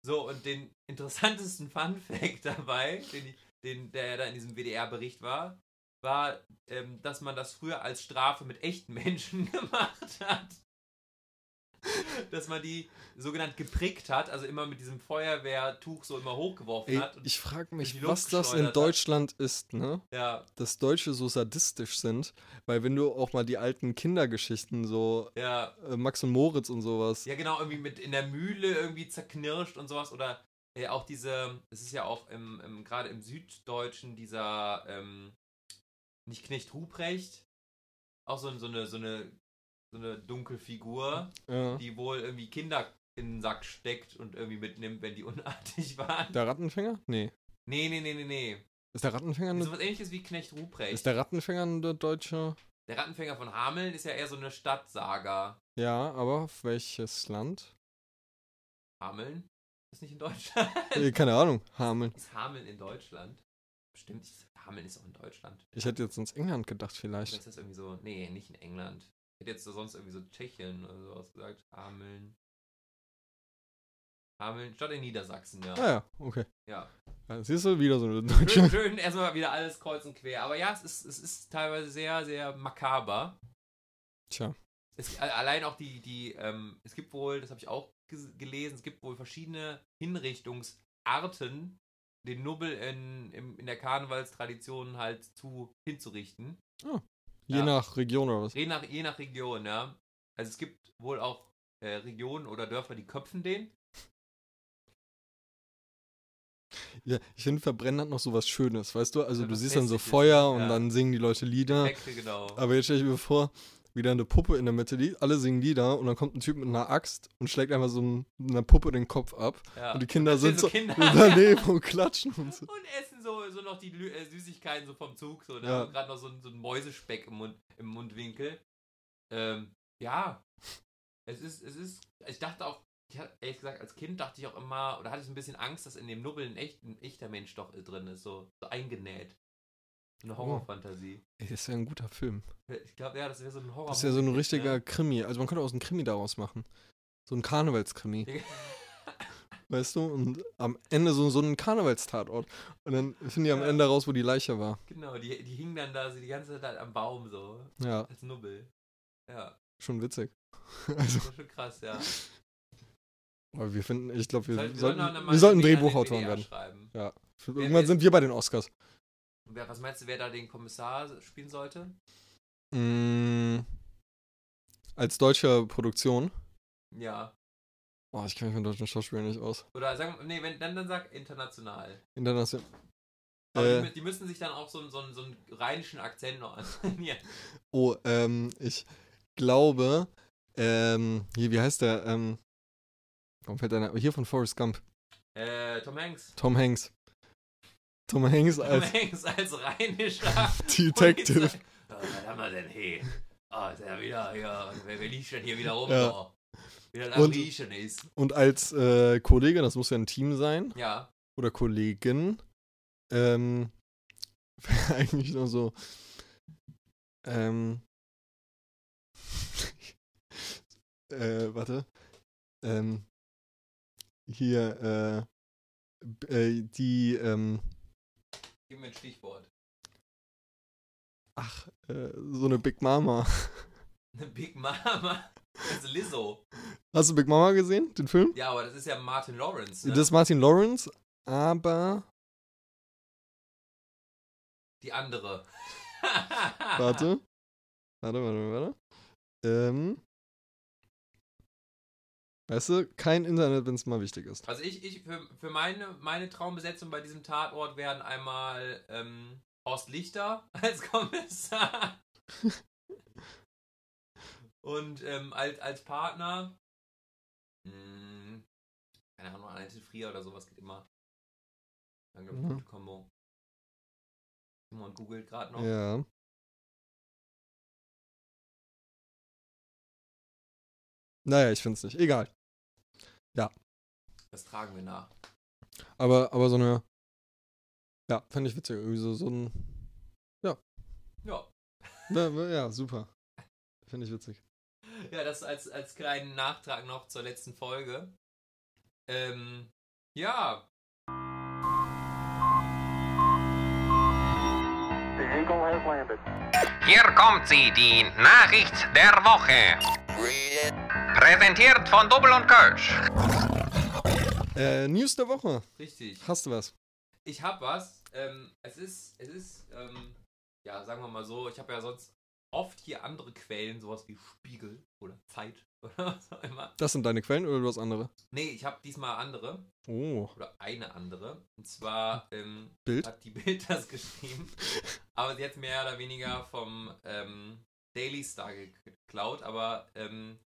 Speaker 1: So, und den interessantesten Fun-Fact dabei, den, ich- den, der ja da in diesem WDR-Bericht war, war, ähm, dass man das früher als Strafe mit echten Menschen gemacht hat. Dass man die sogenannt geprickt hat, also immer mit diesem Feuerwehrtuch so immer hochgeworfen
Speaker 2: Ey,
Speaker 1: hat. Und,
Speaker 2: ich frage
Speaker 1: die
Speaker 2: mich,
Speaker 1: Luft
Speaker 2: was das
Speaker 1: geschleudert
Speaker 2: in
Speaker 1: hat.
Speaker 2: Deutschland ist, ne?
Speaker 1: ja,
Speaker 2: dass Deutsche so sadistisch sind, weil wenn du auch mal die alten Kindergeschichten, so
Speaker 1: ja.
Speaker 2: äh, Max und Moritz und sowas,
Speaker 1: Ja, genau, irgendwie mit in der Mühle irgendwie zerknirscht und sowas. Oder äh, auch diese, es ist ja auch im, im, gerade im Süddeutschen dieser, ähm, nicht Knecht Ruprecht, auch so, so eine, so eine, so eine dunkle Figur,
Speaker 2: ja.
Speaker 1: die wohl irgendwie Kinder in den Sack steckt und irgendwie mitnimmt, wenn die unartig waren.
Speaker 2: der Rattenfänger? Nee.
Speaker 1: Nee, nee, nee, nee, nee.
Speaker 2: Ist der Rattenfänger eine,
Speaker 1: Sowas ähnliches wie Knecht Ruprecht.
Speaker 2: ist der Rattenfänger eine deutsche?
Speaker 1: der Rattenfänger von Hameln ist ja eher so eine Stadtsaga.
Speaker 2: Ja, aber auf welches Land?
Speaker 1: Hameln? Ist nicht in Deutschland.
Speaker 2: Äh, keine Ahnung, Hameln.
Speaker 1: Ist Hameln in Deutschland? Bestimmt, ist, Hameln ist auch in Deutschland.
Speaker 2: Ich hätte jetzt ins England gedacht
Speaker 1: Oder
Speaker 2: vielleicht.
Speaker 1: ist das irgendwie so, nee, nicht in England. Ich hätte jetzt so sonst irgendwie so Tschechien oder sowas gesagt. Hameln. Hameln, statt in Niedersachsen, ja.
Speaker 2: Ah ja, okay.
Speaker 1: Ja.
Speaker 2: Ja, Siehst du, wieder so
Speaker 1: Schön,
Speaker 2: eine deutsche.
Speaker 1: schön erstmal wieder alles kreuz und quer. Aber ja, es ist, es ist teilweise sehr, sehr makaber.
Speaker 2: Tja,
Speaker 1: Es, a- allein auch die, die, ähm, es gibt wohl, das habe ich auch ges- gelesen, es gibt wohl verschiedene Hinrichtungsarten, den Nubbel in, im- in der Karnevalstradition halt zu hinzurichten.
Speaker 2: je
Speaker 1: Ja.
Speaker 2: nach Region oder was.
Speaker 1: Je nach, je nach Region, ja. Also es gibt wohl auch äh, Regionen oder Dörfer, die köpfen den.
Speaker 2: Ja, ich finde, Verbrennen hat noch so was Schönes, weißt du? Also
Speaker 1: Ja,
Speaker 2: du
Speaker 1: was
Speaker 2: siehst dann so
Speaker 1: Festliches,
Speaker 2: Feuer und
Speaker 1: ja.
Speaker 2: dann singen die Leute Lieder.
Speaker 1: Wechsel, genau.
Speaker 2: Aber jetzt stell ich mir vor, wieder eine Puppe in der Mitte liegt. Alle singen Lieder und dann kommt ein Typ mit einer Axt und schlägt einfach so ein, einer Puppe den Kopf ab.
Speaker 1: Ja.
Speaker 2: Und die Kinder
Speaker 1: dann stehen
Speaker 2: sind
Speaker 1: so
Speaker 2: so
Speaker 1: Kinder.
Speaker 2: daneben und klatschen und so.
Speaker 1: Und essen so, so noch die Lü äh, Süßigkeiten so vom Zug. So, ne?
Speaker 2: Ja.
Speaker 1: Und Gerade noch so, ein- so ein Mäusespeck im, Mund, im Mundwinkel. Ähm, ja. Es ist, es ist, ich dachte auch, ich hab, ehrlich gesagt, als Kind dachte ich auch immer, oder hatte ich so ein bisschen Angst, dass in dem Nubbel ein, echt, ein echter Mensch doch äh, drin ist, so, so eingenäht. So eine
Speaker 2: Oh.
Speaker 1: Horrorfantasie.
Speaker 2: Ey, das wäre ein guter Film.
Speaker 1: Ich glaube, ja, das wäre so ein Horror.
Speaker 2: Das ist ja so ein richtiger Krimi. Also man könnte auch so einen Krimi daraus machen. So ein Karnevalskrimi,
Speaker 1: ne?
Speaker 2: weißt du? Und am Ende so, so einen Karnevalstatort. Und dann finden die am
Speaker 1: Ja.
Speaker 2: Ende raus, wo die Leiche war.
Speaker 1: Genau, die, die hingen dann da so die ganze Zeit halt am Baum so,
Speaker 2: Ja,
Speaker 1: als Nubbel. Ja,
Speaker 2: schon witzig. Also,
Speaker 1: das war schon krass, ja.
Speaker 2: aber wir finden, ich glaube, wir,
Speaker 1: Soll- wir
Speaker 2: sollten,
Speaker 1: auch noch mal
Speaker 2: wir sollten
Speaker 1: Ding an den
Speaker 2: Drehbuchautoren
Speaker 1: WDR
Speaker 2: werden.
Speaker 1: Schreiben.
Speaker 2: Irgendwann
Speaker 1: wir-
Speaker 2: sind wir bei den Oscars.
Speaker 1: Wer, was meinst du, wer da den Kommissar spielen sollte?
Speaker 2: Mm, als deutsche Produktion.
Speaker 1: Ja.
Speaker 2: Oh, ich kenne mich mit deutschen Schauspielern nicht aus.
Speaker 1: Oder sagen wir, nee, wenn, dann, dann sag international.
Speaker 2: International.
Speaker 1: Aber
Speaker 2: Äh.
Speaker 1: die, mü- die müssen sich dann auch so, einen- so, einen- so einen rheinischen Akzent noch antrainieren.
Speaker 2: Oh, ähm, ich glaube, ähm, hier, wie heißt der? Ähm, warum fällt der Name? Hier von Forrest Gump.
Speaker 1: Äh, Tom Hanks.
Speaker 2: Tom Hanks. Tom Hanks
Speaker 1: Tom
Speaker 2: als
Speaker 1: Hanks als rheinischer
Speaker 2: Detective.
Speaker 1: Polizei- Oh, was haben wir denn hier? Ah, ist er wieder, ja, wer, wer liegt denn hier wieder rum?
Speaker 2: Ja.
Speaker 1: Ja. Wieder
Speaker 2: Und-
Speaker 1: am Riechen ist.
Speaker 2: Und als äh, Kollege, das muss ja ein Team sein,
Speaker 1: Ja.
Speaker 2: oder Kollegin, ähm, wäre eigentlich nur so, ähm, äh, warte, ähm, hier, äh, b- äh, die, ähm,
Speaker 1: Gib mir ein Stichwort.
Speaker 2: ach, äh, so eine Big Mama.
Speaker 1: Big Mama. Das ist Lizzo.
Speaker 2: Hast du Big Mama gesehen, den Film?
Speaker 1: Ja, aber das ist ja Martin Lawrence. Ne?
Speaker 2: Das ist Martin Lawrence, aber,
Speaker 1: die andere.
Speaker 2: warte, warte, warte, warte, ähm, Weißt du, kein Internet, wenn es mal wichtig ist.
Speaker 1: Also ich, ich für, für meine, meine Traumbesetzung bei diesem Tatort wären einmal ähm, Horst Lichter als Kommissar und ähm, als, als Partner mh, keine Ahnung, Annette Frier oder sowas geht immer. Dann glaube ich,
Speaker 2: Mhm.
Speaker 1: gute Kombo. Simon googelt gerade noch.
Speaker 2: Ja. Naja, ich find's nicht. Egal.
Speaker 1: Das tragen wir nach.
Speaker 2: Aber, aber so eine. Ja, fand ich witzig. Irgendwie so, so ein.
Speaker 1: Ja,
Speaker 2: Ja, ja super. Finde ich witzig.
Speaker 1: ja das als, als kleinen Nachtrag noch zur letzten Folge. Ähm, ja,
Speaker 4: The Eagle has landed.
Speaker 5: Hier kommt sie, die Nachricht der Woche. Präsentiert von Double und Kölsch.
Speaker 2: Äh, News der Woche.
Speaker 1: Richtig.
Speaker 2: Hast du was?
Speaker 1: Ich hab was. Ähm, es ist, es ist, ähm, ja, sagen wir mal so, ich habe ja sonst oft hier andere Quellen, sowas wie Spiegel oder Zeit oder was auch immer.
Speaker 2: Das sind deine Quellen oder du hast andere?
Speaker 1: Nee, ich habe diesmal andere
Speaker 2: Oh.
Speaker 1: oder eine andere. Und zwar ähm,
Speaker 2: Bild?
Speaker 1: hat die Bild das geschrieben, aber sie hat mehr oder weniger vom ähm, Daily Star geklaut. Aber ähm,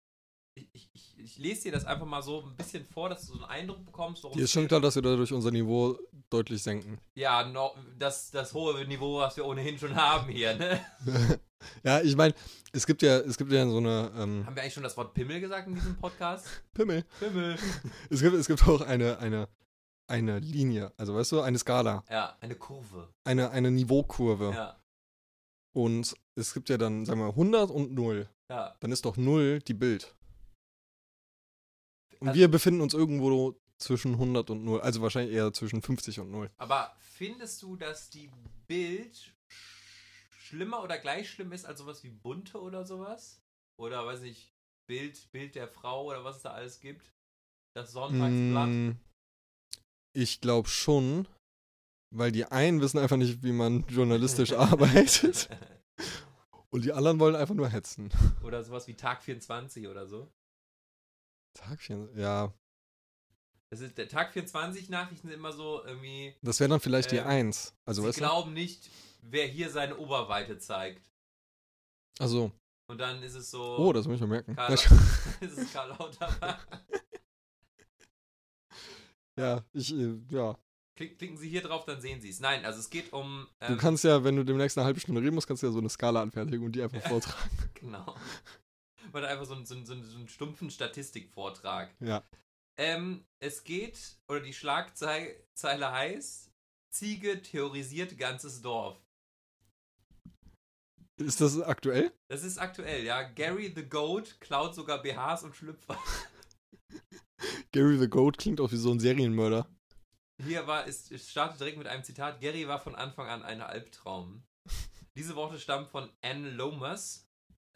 Speaker 1: ich, ich, ich, ich lese dir das einfach mal so ein bisschen vor, dass du so einen Eindruck bekommst, warum
Speaker 2: Dir ist schon klar, dass wir dadurch unser Niveau deutlich senken.
Speaker 1: Ja, no, das, das hohe Niveau, was wir ohnehin schon haben hier, ne?
Speaker 2: ja, ich meine, es gibt ja, es gibt ja so eine ähm,
Speaker 1: Haben wir eigentlich schon das Wort Pimmel gesagt in diesem Podcast?
Speaker 2: Pimmel.
Speaker 1: Pimmel.
Speaker 2: Es gibt, es gibt auch eine, eine, eine Linie, also weißt du, eine Skala,
Speaker 1: Ja, eine Kurve.
Speaker 2: eine, eine Niveaukurve.
Speaker 1: Ja,
Speaker 2: Und es gibt ja dann, sagen wir, 100 und 0.
Speaker 1: ja.
Speaker 2: Dann ist doch 0 die Bild. Und
Speaker 1: Also-
Speaker 2: wir befinden uns irgendwo zwischen 100 und 0, also wahrscheinlich eher zwischen 50 und 0.
Speaker 1: Aber findest du, dass die Bild sch- schlimmer oder gleich schlimm ist als sowas wie Bunte oder sowas? Oder weiß nicht, Bild, Bild der Frau oder was es da alles gibt? Das Sonntagsblatt.
Speaker 2: Mm, Ich glaube schon, weil die einen wissen einfach nicht, wie man journalistisch arbeitet und die anderen wollen einfach nur hetzen.
Speaker 1: oder sowas wie Tag 24 oder so.
Speaker 2: Tag 4, ja,
Speaker 1: Das ist, der Tag 24 Nachrichten sind immer so irgendwie.
Speaker 2: das wäre dann vielleicht die
Speaker 1: Ähm,
Speaker 2: 1. Also,
Speaker 1: Sie
Speaker 2: weißt du?
Speaker 1: glauben nicht, wer hier seine Oberweite zeigt.
Speaker 2: Also,
Speaker 1: Und dann ist es so.
Speaker 2: Oh, das muss ich mir merken.
Speaker 1: Karl,
Speaker 2: Ja,
Speaker 1: das
Speaker 2: ich-
Speaker 1: ist Karl Lauterbach.
Speaker 2: ja, ich, äh, ja.
Speaker 1: Klick, klicken Sie hier drauf, dann sehen Sie es. Nein, also es geht um.
Speaker 2: Du
Speaker 1: Ähm,
Speaker 2: kannst ja, wenn du demnächst eine halbe Stunde reden musst, kannst du ja so eine Skala anfertigen und die einfach vortragen.
Speaker 1: genau. Oder einfach so einen, so, einen, so einen- so einen stumpfen Statistikvortrag.
Speaker 2: Ja.
Speaker 1: Ähm, es geht, oder die Schlagzeile heißt: Ziege theorisiert ganzes Dorf.
Speaker 2: Ist das aktuell?
Speaker 1: Das ist aktuell, ja. Gary the Goat klaut sogar BHs und Schlüpfer.
Speaker 2: Gary the Goat klingt auch wie so ein Serienmörder.
Speaker 1: Hier war, es es startet direkt mit einem Zitat. Gary war von Anfang an ein Albtraum. Diese Worte stammen von Anne Lomas.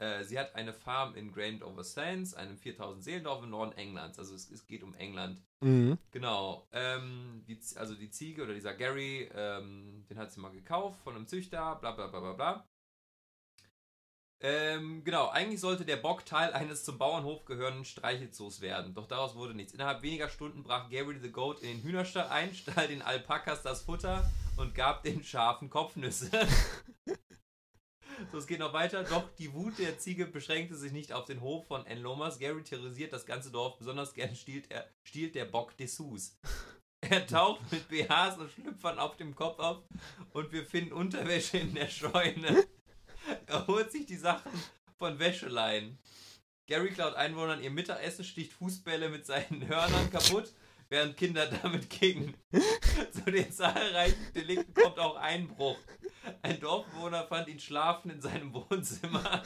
Speaker 1: Äh, sie hat eine Farm in Grandover Sands, einem 4000 Seelendorf im Norden Englands. Also es, es geht um England.
Speaker 2: Mhm.
Speaker 1: Genau. Ähm, die, Z- also die Ziege oder dieser Gary, ähm, den hat sie mal gekauft von einem Züchter, bla bla bla bla bla. Ähm, genau, eigentlich sollte der Bock Teil eines zum Bauernhof gehörenden Streichelzoos werden, doch daraus wurde nichts. Innerhalb weniger Stunden brach Gary the Goat in den Hühnerstall ein, stahl den Alpakas das Futter und gab den Schafen Kopfnüsse. so, es geht noch weiter. Doch die Wut der Ziege beschränkte sich nicht auf den Hof von Enlomas. Gary terrorisiert das ganze Dorf, besonders gern stiehlt, er, stiehlt der Bock Dessous. Er taucht mit BHs und Schlüpfern auf dem Kopf auf und wir finden Unterwäsche in der Scheune. Er holt sich die Sachen von Wäscheleien. Gary klaut Einwohnern ihr Mittagessen, sticht Fußbälle mit seinen Hörnern kaputt, während Kinder damit kicken. Zu den zahlreichen Delikten kommt auch Einbruch. Ein Dorfbewohner fand ihn schlafen in seinem Wohnzimmer.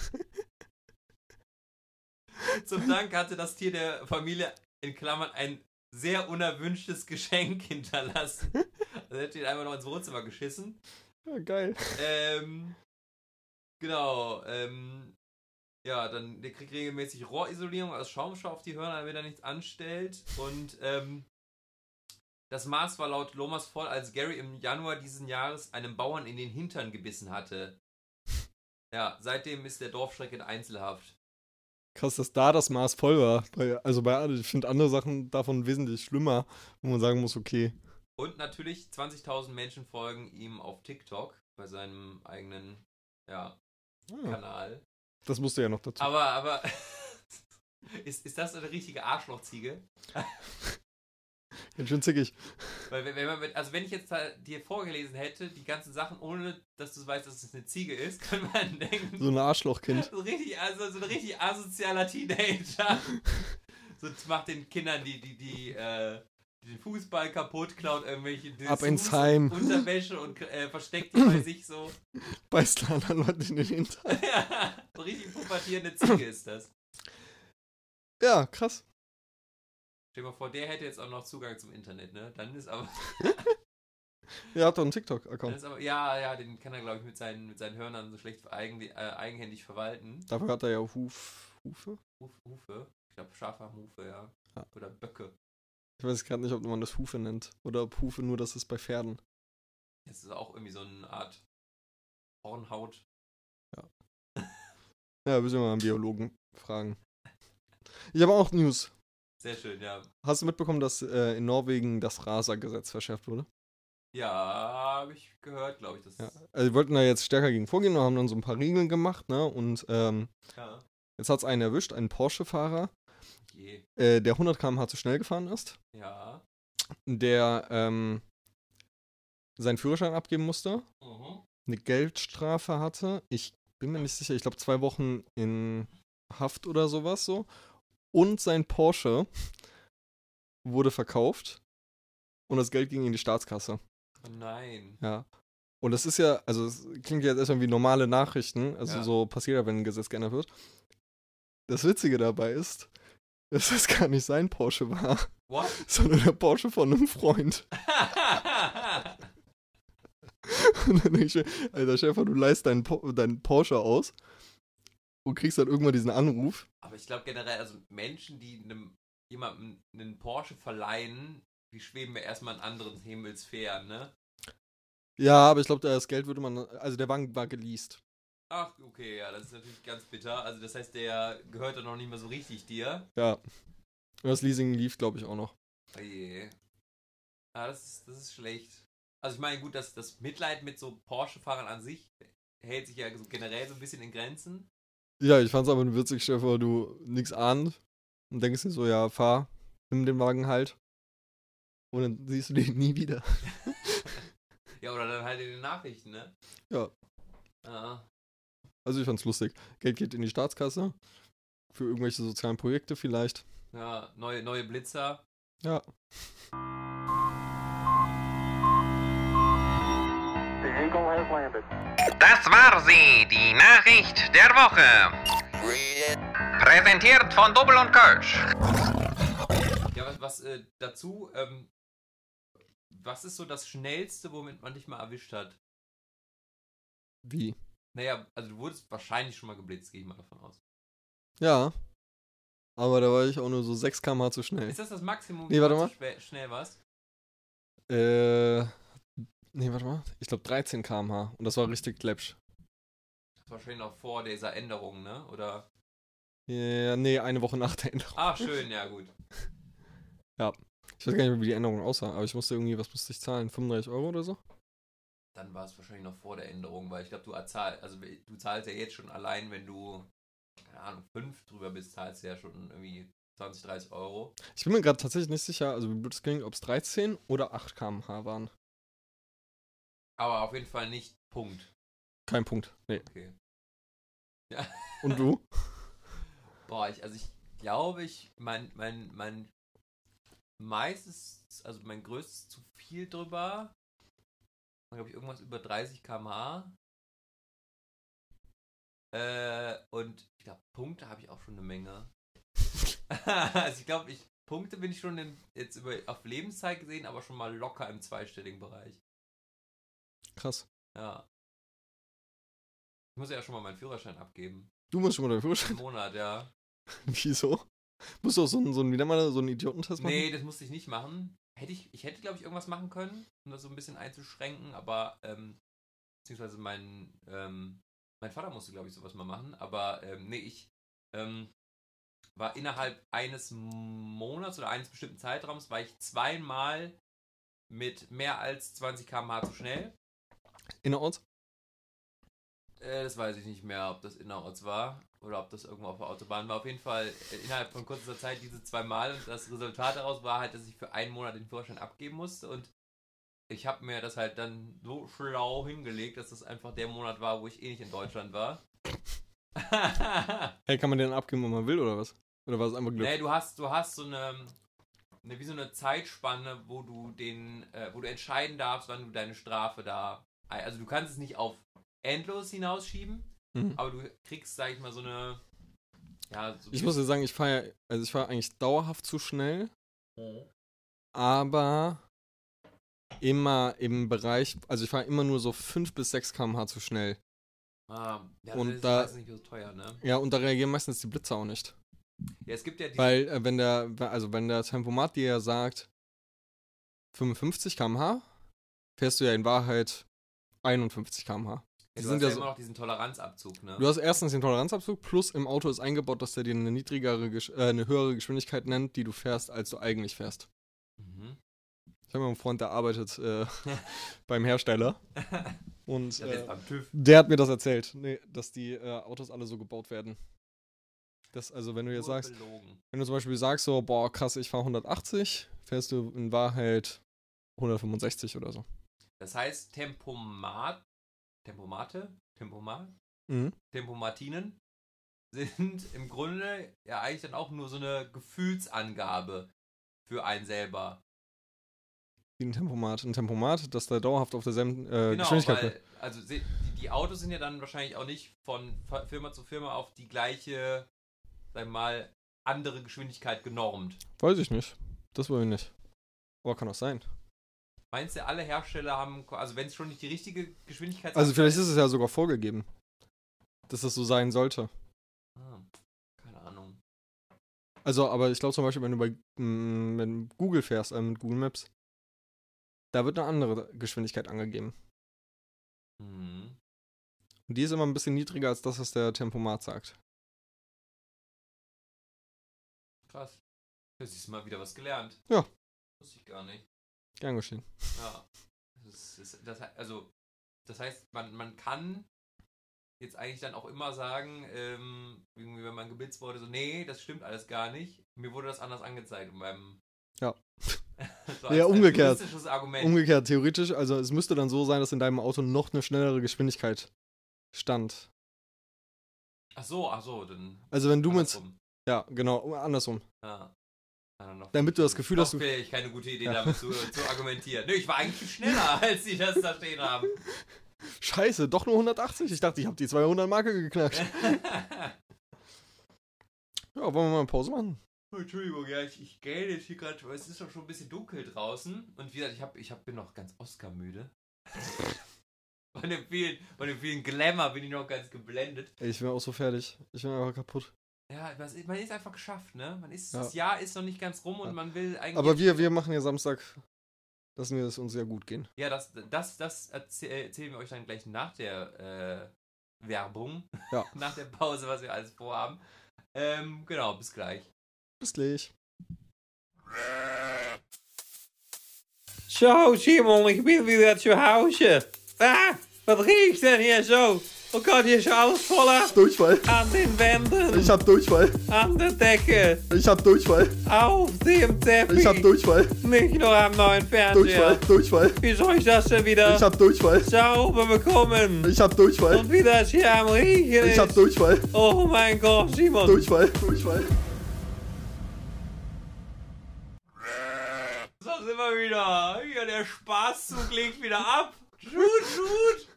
Speaker 1: Zum Dank hatte das Tier der Familie in Klammern ein sehr unerwünschtes Geschenk hinterlassen. Also hätte ihn einmal noch ins Wohnzimmer geschissen.
Speaker 2: Ja, geil.
Speaker 1: Ähm, genau, ähm, ja, dann der kriegt regelmäßig Rohrisolierung aus Schaumstoff auf die Hörner, damit er nichts anstellt. Und ähm, das Maß war laut Lomas voll, als Gary im Januar diesen Jahres einem Bauern in den Hintern gebissen hatte. Ja, seitdem ist der Dorfschreck in Einzelhaft.
Speaker 2: Krass, dass da das Maß voll war. Bei, also bei anderen- ich finde andere Sachen davon wesentlich schlimmer, wo man sagen muss, okay.
Speaker 1: Und natürlich 20.000 Menschen folgen ihm auf TikTok bei seinem eigenen ja,
Speaker 2: Ja,
Speaker 1: Kanal.
Speaker 2: ah, das musste ja noch dazu.
Speaker 1: Aber, aber ist, ist das eine richtige Arschlochziege?
Speaker 2: Ganz schön zickig.
Speaker 1: Weil wenn, wenn man mit, also wenn ich jetzt da dir vorgelesen hätte, die ganzen Sachen, ohne dass du weißt, dass es eine Ziege ist, könnte man denken,
Speaker 2: So ein Arschlochkind.
Speaker 1: so, richtig, also, so ein richtig asozialer Teenager. So macht den Kindern die, die, die, äh, den Fußball kaputt, klaut irgendwelche
Speaker 2: Ab
Speaker 1: Dessous,
Speaker 2: ins Heim.
Speaker 1: Unterwäsche und äh, versteckt die bei sich so.
Speaker 2: Beißt da anderen Leuten in den Hintern.
Speaker 1: so richtig pubertierende Ziege ist das.
Speaker 2: Ja, krass.
Speaker 1: Stell dir mal vor, der hätte jetzt auch noch Zugang zum Internet, ne? Dann ist aber,
Speaker 2: Ihr habt doch einen
Speaker 1: dann
Speaker 2: TikTok-Account.
Speaker 1: ist aber ja, ja, den kann er, glaube ich, mit seinen, mit seinen Hörnern so schlecht eigen, äh, eigenhändig verwalten.
Speaker 2: Dafür hat er ja Huf, Hufe.
Speaker 1: Huf, Hufe. Ich glaube, Schafe haben Hufe, ja.
Speaker 2: Ja.
Speaker 1: Oder Böcke.
Speaker 2: Ich weiß gerade nicht, ob man das Hufe nennt. Oder ob Hufe nur das ist bei Pferden.
Speaker 1: Das ist auch irgendwie so eine Art Hornhaut.
Speaker 2: Ja, müssen wir mal einen Biologen fragen. Ich habe auch News.
Speaker 1: Sehr schön, ja.
Speaker 2: Hast du mitbekommen, dass äh, in Norwegen das Rasergesetz verschärft wurde?
Speaker 1: Ja, habe ich gehört, glaube ich. Das
Speaker 2: Ja.
Speaker 1: ja.
Speaker 2: Also, die wollten da jetzt stärker gegen vorgehen und haben dann so ein paar Regeln gemacht, ne? Und ähm,
Speaker 1: ja.
Speaker 2: jetzt hat es einen erwischt, einen Porsche-Fahrer,
Speaker 1: Je.
Speaker 2: äh, der 100 km/h zu schnell gefahren ist,
Speaker 1: Ja.
Speaker 2: der ähm, seinen Führerschein abgeben musste,
Speaker 1: Mhm.
Speaker 2: eine Geldstrafe hatte. Ich bin mir nicht sicher, ich glaube, zwei Wochen in Haft oder sowas so. Und sein Porsche wurde verkauft und das Geld ging in die Staatskasse.
Speaker 1: Oh nein.
Speaker 2: Ja. Und das ist ja, also es klingt jetzt erstmal wie normale Nachrichten, also
Speaker 1: Ja.
Speaker 2: so passiert ja, wenn ein Gesetz geändert wird. Das Witzige dabei ist, dass das gar nicht sein Porsche war,
Speaker 1: What?
Speaker 2: sondern der Porsche von einem Freund. Und dann denke ich mir, Alter Schäfer, du leist deinen, po deinen Porsche aus und kriegst dann irgendwann diesen Anruf.
Speaker 1: Aber ich glaube generell, also Menschen, die einem, jemandem einen Porsche verleihen, die schweben ja erstmal in anderen Himmelsfähren, ne?
Speaker 2: Ja, aber ich glaube, das Geld würde man, also der Wagen war geleast.
Speaker 1: Ach, okay, ja, das ist natürlich ganz bitter. Also das heißt, der gehört dann noch nicht mehr so richtig dir.
Speaker 2: Ja. Und das Leasing lief, glaube ich, auch noch.
Speaker 1: Oje. Ja, das ist, das ist schlecht. Also ich meine, gut, das, das Mitleid mit so Porsche-Fahrern an sich hält sich ja so generell so ein bisschen in Grenzen.
Speaker 2: Ja, ich fand's aber nur witzig, stell dir vor, du nix ahnt und denkst dir so, ja, fahr, nimm den Wagen halt. Und dann siehst du den nie wieder.
Speaker 1: Ja, oder dann halt in den Nachrichten, ne?
Speaker 2: Ja.
Speaker 1: Ah.
Speaker 2: Also ich fand's lustig. Geld geht in die Staatskasse. Für irgendwelche sozialen Projekte vielleicht.
Speaker 1: Ja, neue, neue Blitzer.
Speaker 2: Ja.
Speaker 4: The Eagle has landed.
Speaker 5: Das war sie, die Nachricht der Woche. Präsentiert von Double und Kölsch.
Speaker 1: Ja, was, was äh, dazu, ähm, was ist so das Schnellste, womit man dich mal erwischt hat?
Speaker 2: Wie?
Speaker 1: Naja, also du wurdest wahrscheinlich schon mal geblitzt, gehe ich mal davon aus.
Speaker 2: Ja. Aber da war ich auch nur so 6 km zu schnell.
Speaker 1: Ist das das Maximum,
Speaker 2: Nee, warte
Speaker 1: du
Speaker 2: mal.
Speaker 1: zu schwer- schnell warst?
Speaker 2: Äh. Nee, warte mal. Ich glaube 13 km/h. Und das war richtig läppsch.
Speaker 1: Das war wahrscheinlich noch vor dieser Änderung, ne? Oder?
Speaker 2: Ja, nee, eine Woche nach der Änderung.
Speaker 1: Ah, schön, ja gut.
Speaker 2: Ich weiß gar nicht mehr, wie die Änderung aussah, aber ich musste irgendwie, was musste ich zahlen? 35 Euro oder so?
Speaker 1: Dann war es wahrscheinlich noch vor der Änderung, weil ich glaube, du erzahl, also du zahlst ja jetzt schon allein, wenn du, keine Ahnung, fünf drüber bist, zahlst du ja schon irgendwie 20, 30 Euro.
Speaker 2: Ich bin mir gerade tatsächlich nicht sicher, also wie blöd es ging, ob es 13 oder 8 km/h waren.
Speaker 1: Aber auf jeden Fall nicht Punkt.
Speaker 2: Kein Punkt. Nee.
Speaker 1: Okay.
Speaker 2: Und du?
Speaker 1: Boah, ich, also ich glaube, ich, mein, mein, mein meistes, also mein größtes zu viel drüber, war, glaube ich, irgendwas über 30 km/h. Äh, und ich glaube, Punkte habe ich auch schon eine Menge. also ich glaube, ich, Punkte bin ich schon in, jetzt über, auf Lebenszeit gesehen, aber schon mal locker im zweistelligen Bereich.
Speaker 2: Krass.
Speaker 1: Ja. Ich muss ja schon mal meinen Führerschein abgeben.
Speaker 2: Du musst schon mal deinen
Speaker 1: Im
Speaker 2: Führerschein.
Speaker 1: Monat, ja.
Speaker 2: Wieso? Musst du auch so einen, so einen, wieder mal so einen Idiotentest machen?
Speaker 1: Nee, das musste ich nicht machen. Hätte ich, ich hätte, glaube ich, irgendwas machen können, um das so ein bisschen einzuschränken, aber, ähm, beziehungsweise mein, ähm, mein Vater musste, glaube ich, sowas mal machen, aber, ähm, nee, ich, ähm, war innerhalb eines Monats oder eines bestimmten Zeitraums, war ich zweimal mit mehr als 20 km/h zu schnell.
Speaker 2: Innerorts?
Speaker 1: Äh, das weiß ich nicht mehr, ob das innerorts war oder ob das irgendwo auf der Autobahn war. Auf jeden Fall äh, innerhalb von kurzer Zeit diese zwei Mal und das Resultat daraus war halt, dass ich für einen Monat den Führerschein abgeben musste und ich habe mir das halt dann so schlau hingelegt, dass das einfach der Monat war, wo ich eh nicht in Deutschland war.
Speaker 2: Hey, kann man den abgeben, wenn man will, oder was? Oder war es einfach Glück?
Speaker 1: Nee, du hast, du hast so eine, eine wie so eine Zeitspanne, wo du den, äh, wo du entscheiden darfst, wann du deine Strafe da. ei- Also du kannst es nicht auf endlos hinausschieben,
Speaker 2: Mhm.
Speaker 1: aber du kriegst, sag ich mal, so eine. Ja, so
Speaker 2: Ich muss dir sagen, ich fahre ja, also ich fahre eigentlich dauerhaft zu schnell,
Speaker 1: Mhm.
Speaker 2: aber immer im Bereich, also ich fahre immer nur so 5 bis 6 km/h zu schnell.
Speaker 1: Ah, ja,
Speaker 2: und
Speaker 1: das ist
Speaker 2: da-
Speaker 1: meistens nicht so teuer, ne?
Speaker 2: Ja, und da reagieren meistens die Blitzer auch nicht.
Speaker 1: Ja, es gibt ja die.
Speaker 2: Weil, äh, wenn der, also wenn der Tempomat dir ja sagt 55 km/h, fährst du ja in Wahrheit 51 km/h.
Speaker 1: ja,
Speaker 2: die
Speaker 1: du
Speaker 2: sind
Speaker 1: hast
Speaker 2: ja
Speaker 1: ja
Speaker 2: so-
Speaker 1: immer noch diesen Toleranzabzug, ne?
Speaker 2: Du hast erstens den Toleranzabzug, plus im Auto ist eingebaut, dass der dir eine niedrigere, Gesch äh, eine höhere Geschwindigkeit nennt, die du fährst, als du eigentlich fährst.
Speaker 1: Mhm.
Speaker 2: Ich habe mal einen Freund, der arbeitet äh, beim Hersteller. Und
Speaker 1: Ich hab jetzt
Speaker 2: äh,
Speaker 1: beim TÜV.
Speaker 2: der hat mir das erzählt, nee, dass die äh, Autos alle so gebaut werden. Das, also wenn du jetzt
Speaker 1: nur
Speaker 2: sagst,
Speaker 1: Belogen.
Speaker 2: Wenn du zum Beispiel sagst so, boah, krass, ich fahre 180, fährst du in Wahrheit 165 oder so.
Speaker 1: Das heißt, Tempomat. Tempomate? Tempomat?
Speaker 2: Mhm.
Speaker 1: Tempomatinen sind im Grunde ja eigentlich dann auch nur so eine Gefühlsangabe für einen selber.
Speaker 2: Wie ein Tempomat. Ein Tempomat, das da dauerhaft auf derselben äh,
Speaker 1: genau,
Speaker 2: Geschwindigkeit
Speaker 1: weil, also se- die, die Autos sind ja dann wahrscheinlich auch nicht von Fa- Firma zu Firma auf die gleiche, sag ich mal, andere Geschwindigkeit genormt.
Speaker 2: Weiß ich nicht. Das wollen wir nicht. Aber kann auch sein.
Speaker 1: Meinst du, alle Hersteller haben, ko- also wenn es schon nicht die richtige Geschwindigkeit
Speaker 2: Also vielleicht ist es ja sogar vorgegeben, dass das so sein sollte.
Speaker 1: Ah, keine Ahnung.
Speaker 2: Also, aber ich glaube zum Beispiel, wenn du bei mm, wenn Google fährst, äh, mit Google Maps, da wird eine andere Geschwindigkeit angegeben.
Speaker 1: Hm.
Speaker 2: Und die ist immer ein bisschen niedriger als das, was der Tempomat sagt.
Speaker 1: Krass. Das ist mal wieder was gelernt.
Speaker 2: Ja.
Speaker 1: Wusste ich gar nicht.
Speaker 2: Gern geschehen.
Speaker 1: Ja. Das ist, das, he- also, das heißt, man, man kann jetzt eigentlich dann auch immer sagen, ähm, irgendwie wenn man gebitzt wurde, so, nee, das stimmt alles gar nicht. Mir wurde das anders angezeigt beim
Speaker 2: Ja.
Speaker 1: so
Speaker 2: Ja, umgekehrt. Um-
Speaker 1: Als juristisches Argument.
Speaker 2: Umgekehrt, theoretisch, also es müsste dann so sein, dass in deinem Auto noch eine schnellere Geschwindigkeit stand.
Speaker 1: ach so, ach so, dann.
Speaker 2: Also wenn du mit.
Speaker 1: andersrum.
Speaker 2: Ja, genau, andersrum.
Speaker 1: Ja. Ah, noch-
Speaker 2: Damit du das Gefühl
Speaker 1: Doch,
Speaker 2: hast, du-
Speaker 1: wäre ich keine gute Idee,
Speaker 2: Ja.
Speaker 1: damit zu, zu argumentieren. Nö, ich war eigentlich schneller, als sie das da stehen haben.
Speaker 2: Scheiße, doch nur 180? Ich dachte, ich habe die 200 Marke geknackt. Ja, wollen wir mal eine Pause machen?
Speaker 1: Oh, Entschuldigung, ja, ich, ich gähne jetzt hier gerade, weil es ist doch schon ein bisschen dunkel draußen. Und wie gesagt, ich, hab, ich hab, bin noch ganz Oscar-müde. von, dem vielen, von dem vielen Glamour bin ich noch ganz geblendet.
Speaker 2: Ey, ich bin auch so fertig. Ich bin einfach kaputt.
Speaker 1: Ja, das, ist- man ist einfach geschafft, ne? Man ist,
Speaker 2: Ja.
Speaker 1: Das Jahr ist noch nicht ganz rum und
Speaker 2: Ja.
Speaker 1: man will eigentlich...
Speaker 2: Aber wir, wir machen ja Samstag. Lassen wir es uns ja gut gehen.
Speaker 1: ja, das, das, das erzäh- erzählen wir euch dann gleich nach der äh, Werbung,
Speaker 2: Ja.
Speaker 1: nach der Pause, was wir alles vorhaben. Ähm, genau, bis gleich.
Speaker 2: Bis gleich.
Speaker 6: Zo, Simon, ik ben weer uit je huisje. Ah, wat riecht denn hier zo? Oh god, hier is alles voller
Speaker 2: Durchfall.
Speaker 6: aan de wenden,
Speaker 2: hab Durchfall.
Speaker 6: aan de dekken,
Speaker 2: Ich hab Durchfall.
Speaker 6: auf dem Teppich.
Speaker 2: Durchfall.
Speaker 6: nicht nur am neuen Fernseher.
Speaker 2: Durchfall.
Speaker 6: Wie soll ich das denn wieder
Speaker 2: Durchfall.
Speaker 6: sauber bekommen?
Speaker 2: Ich hab Durchfall.
Speaker 6: Und wie das hier am Riechen ist.
Speaker 2: Durchfall.
Speaker 6: oh mein Gott, Simon.
Speaker 2: Durchfall. Durchfall.
Speaker 1: So sind wir wieder. Ja, der Spaßzug legt wieder ab. Schut, schut.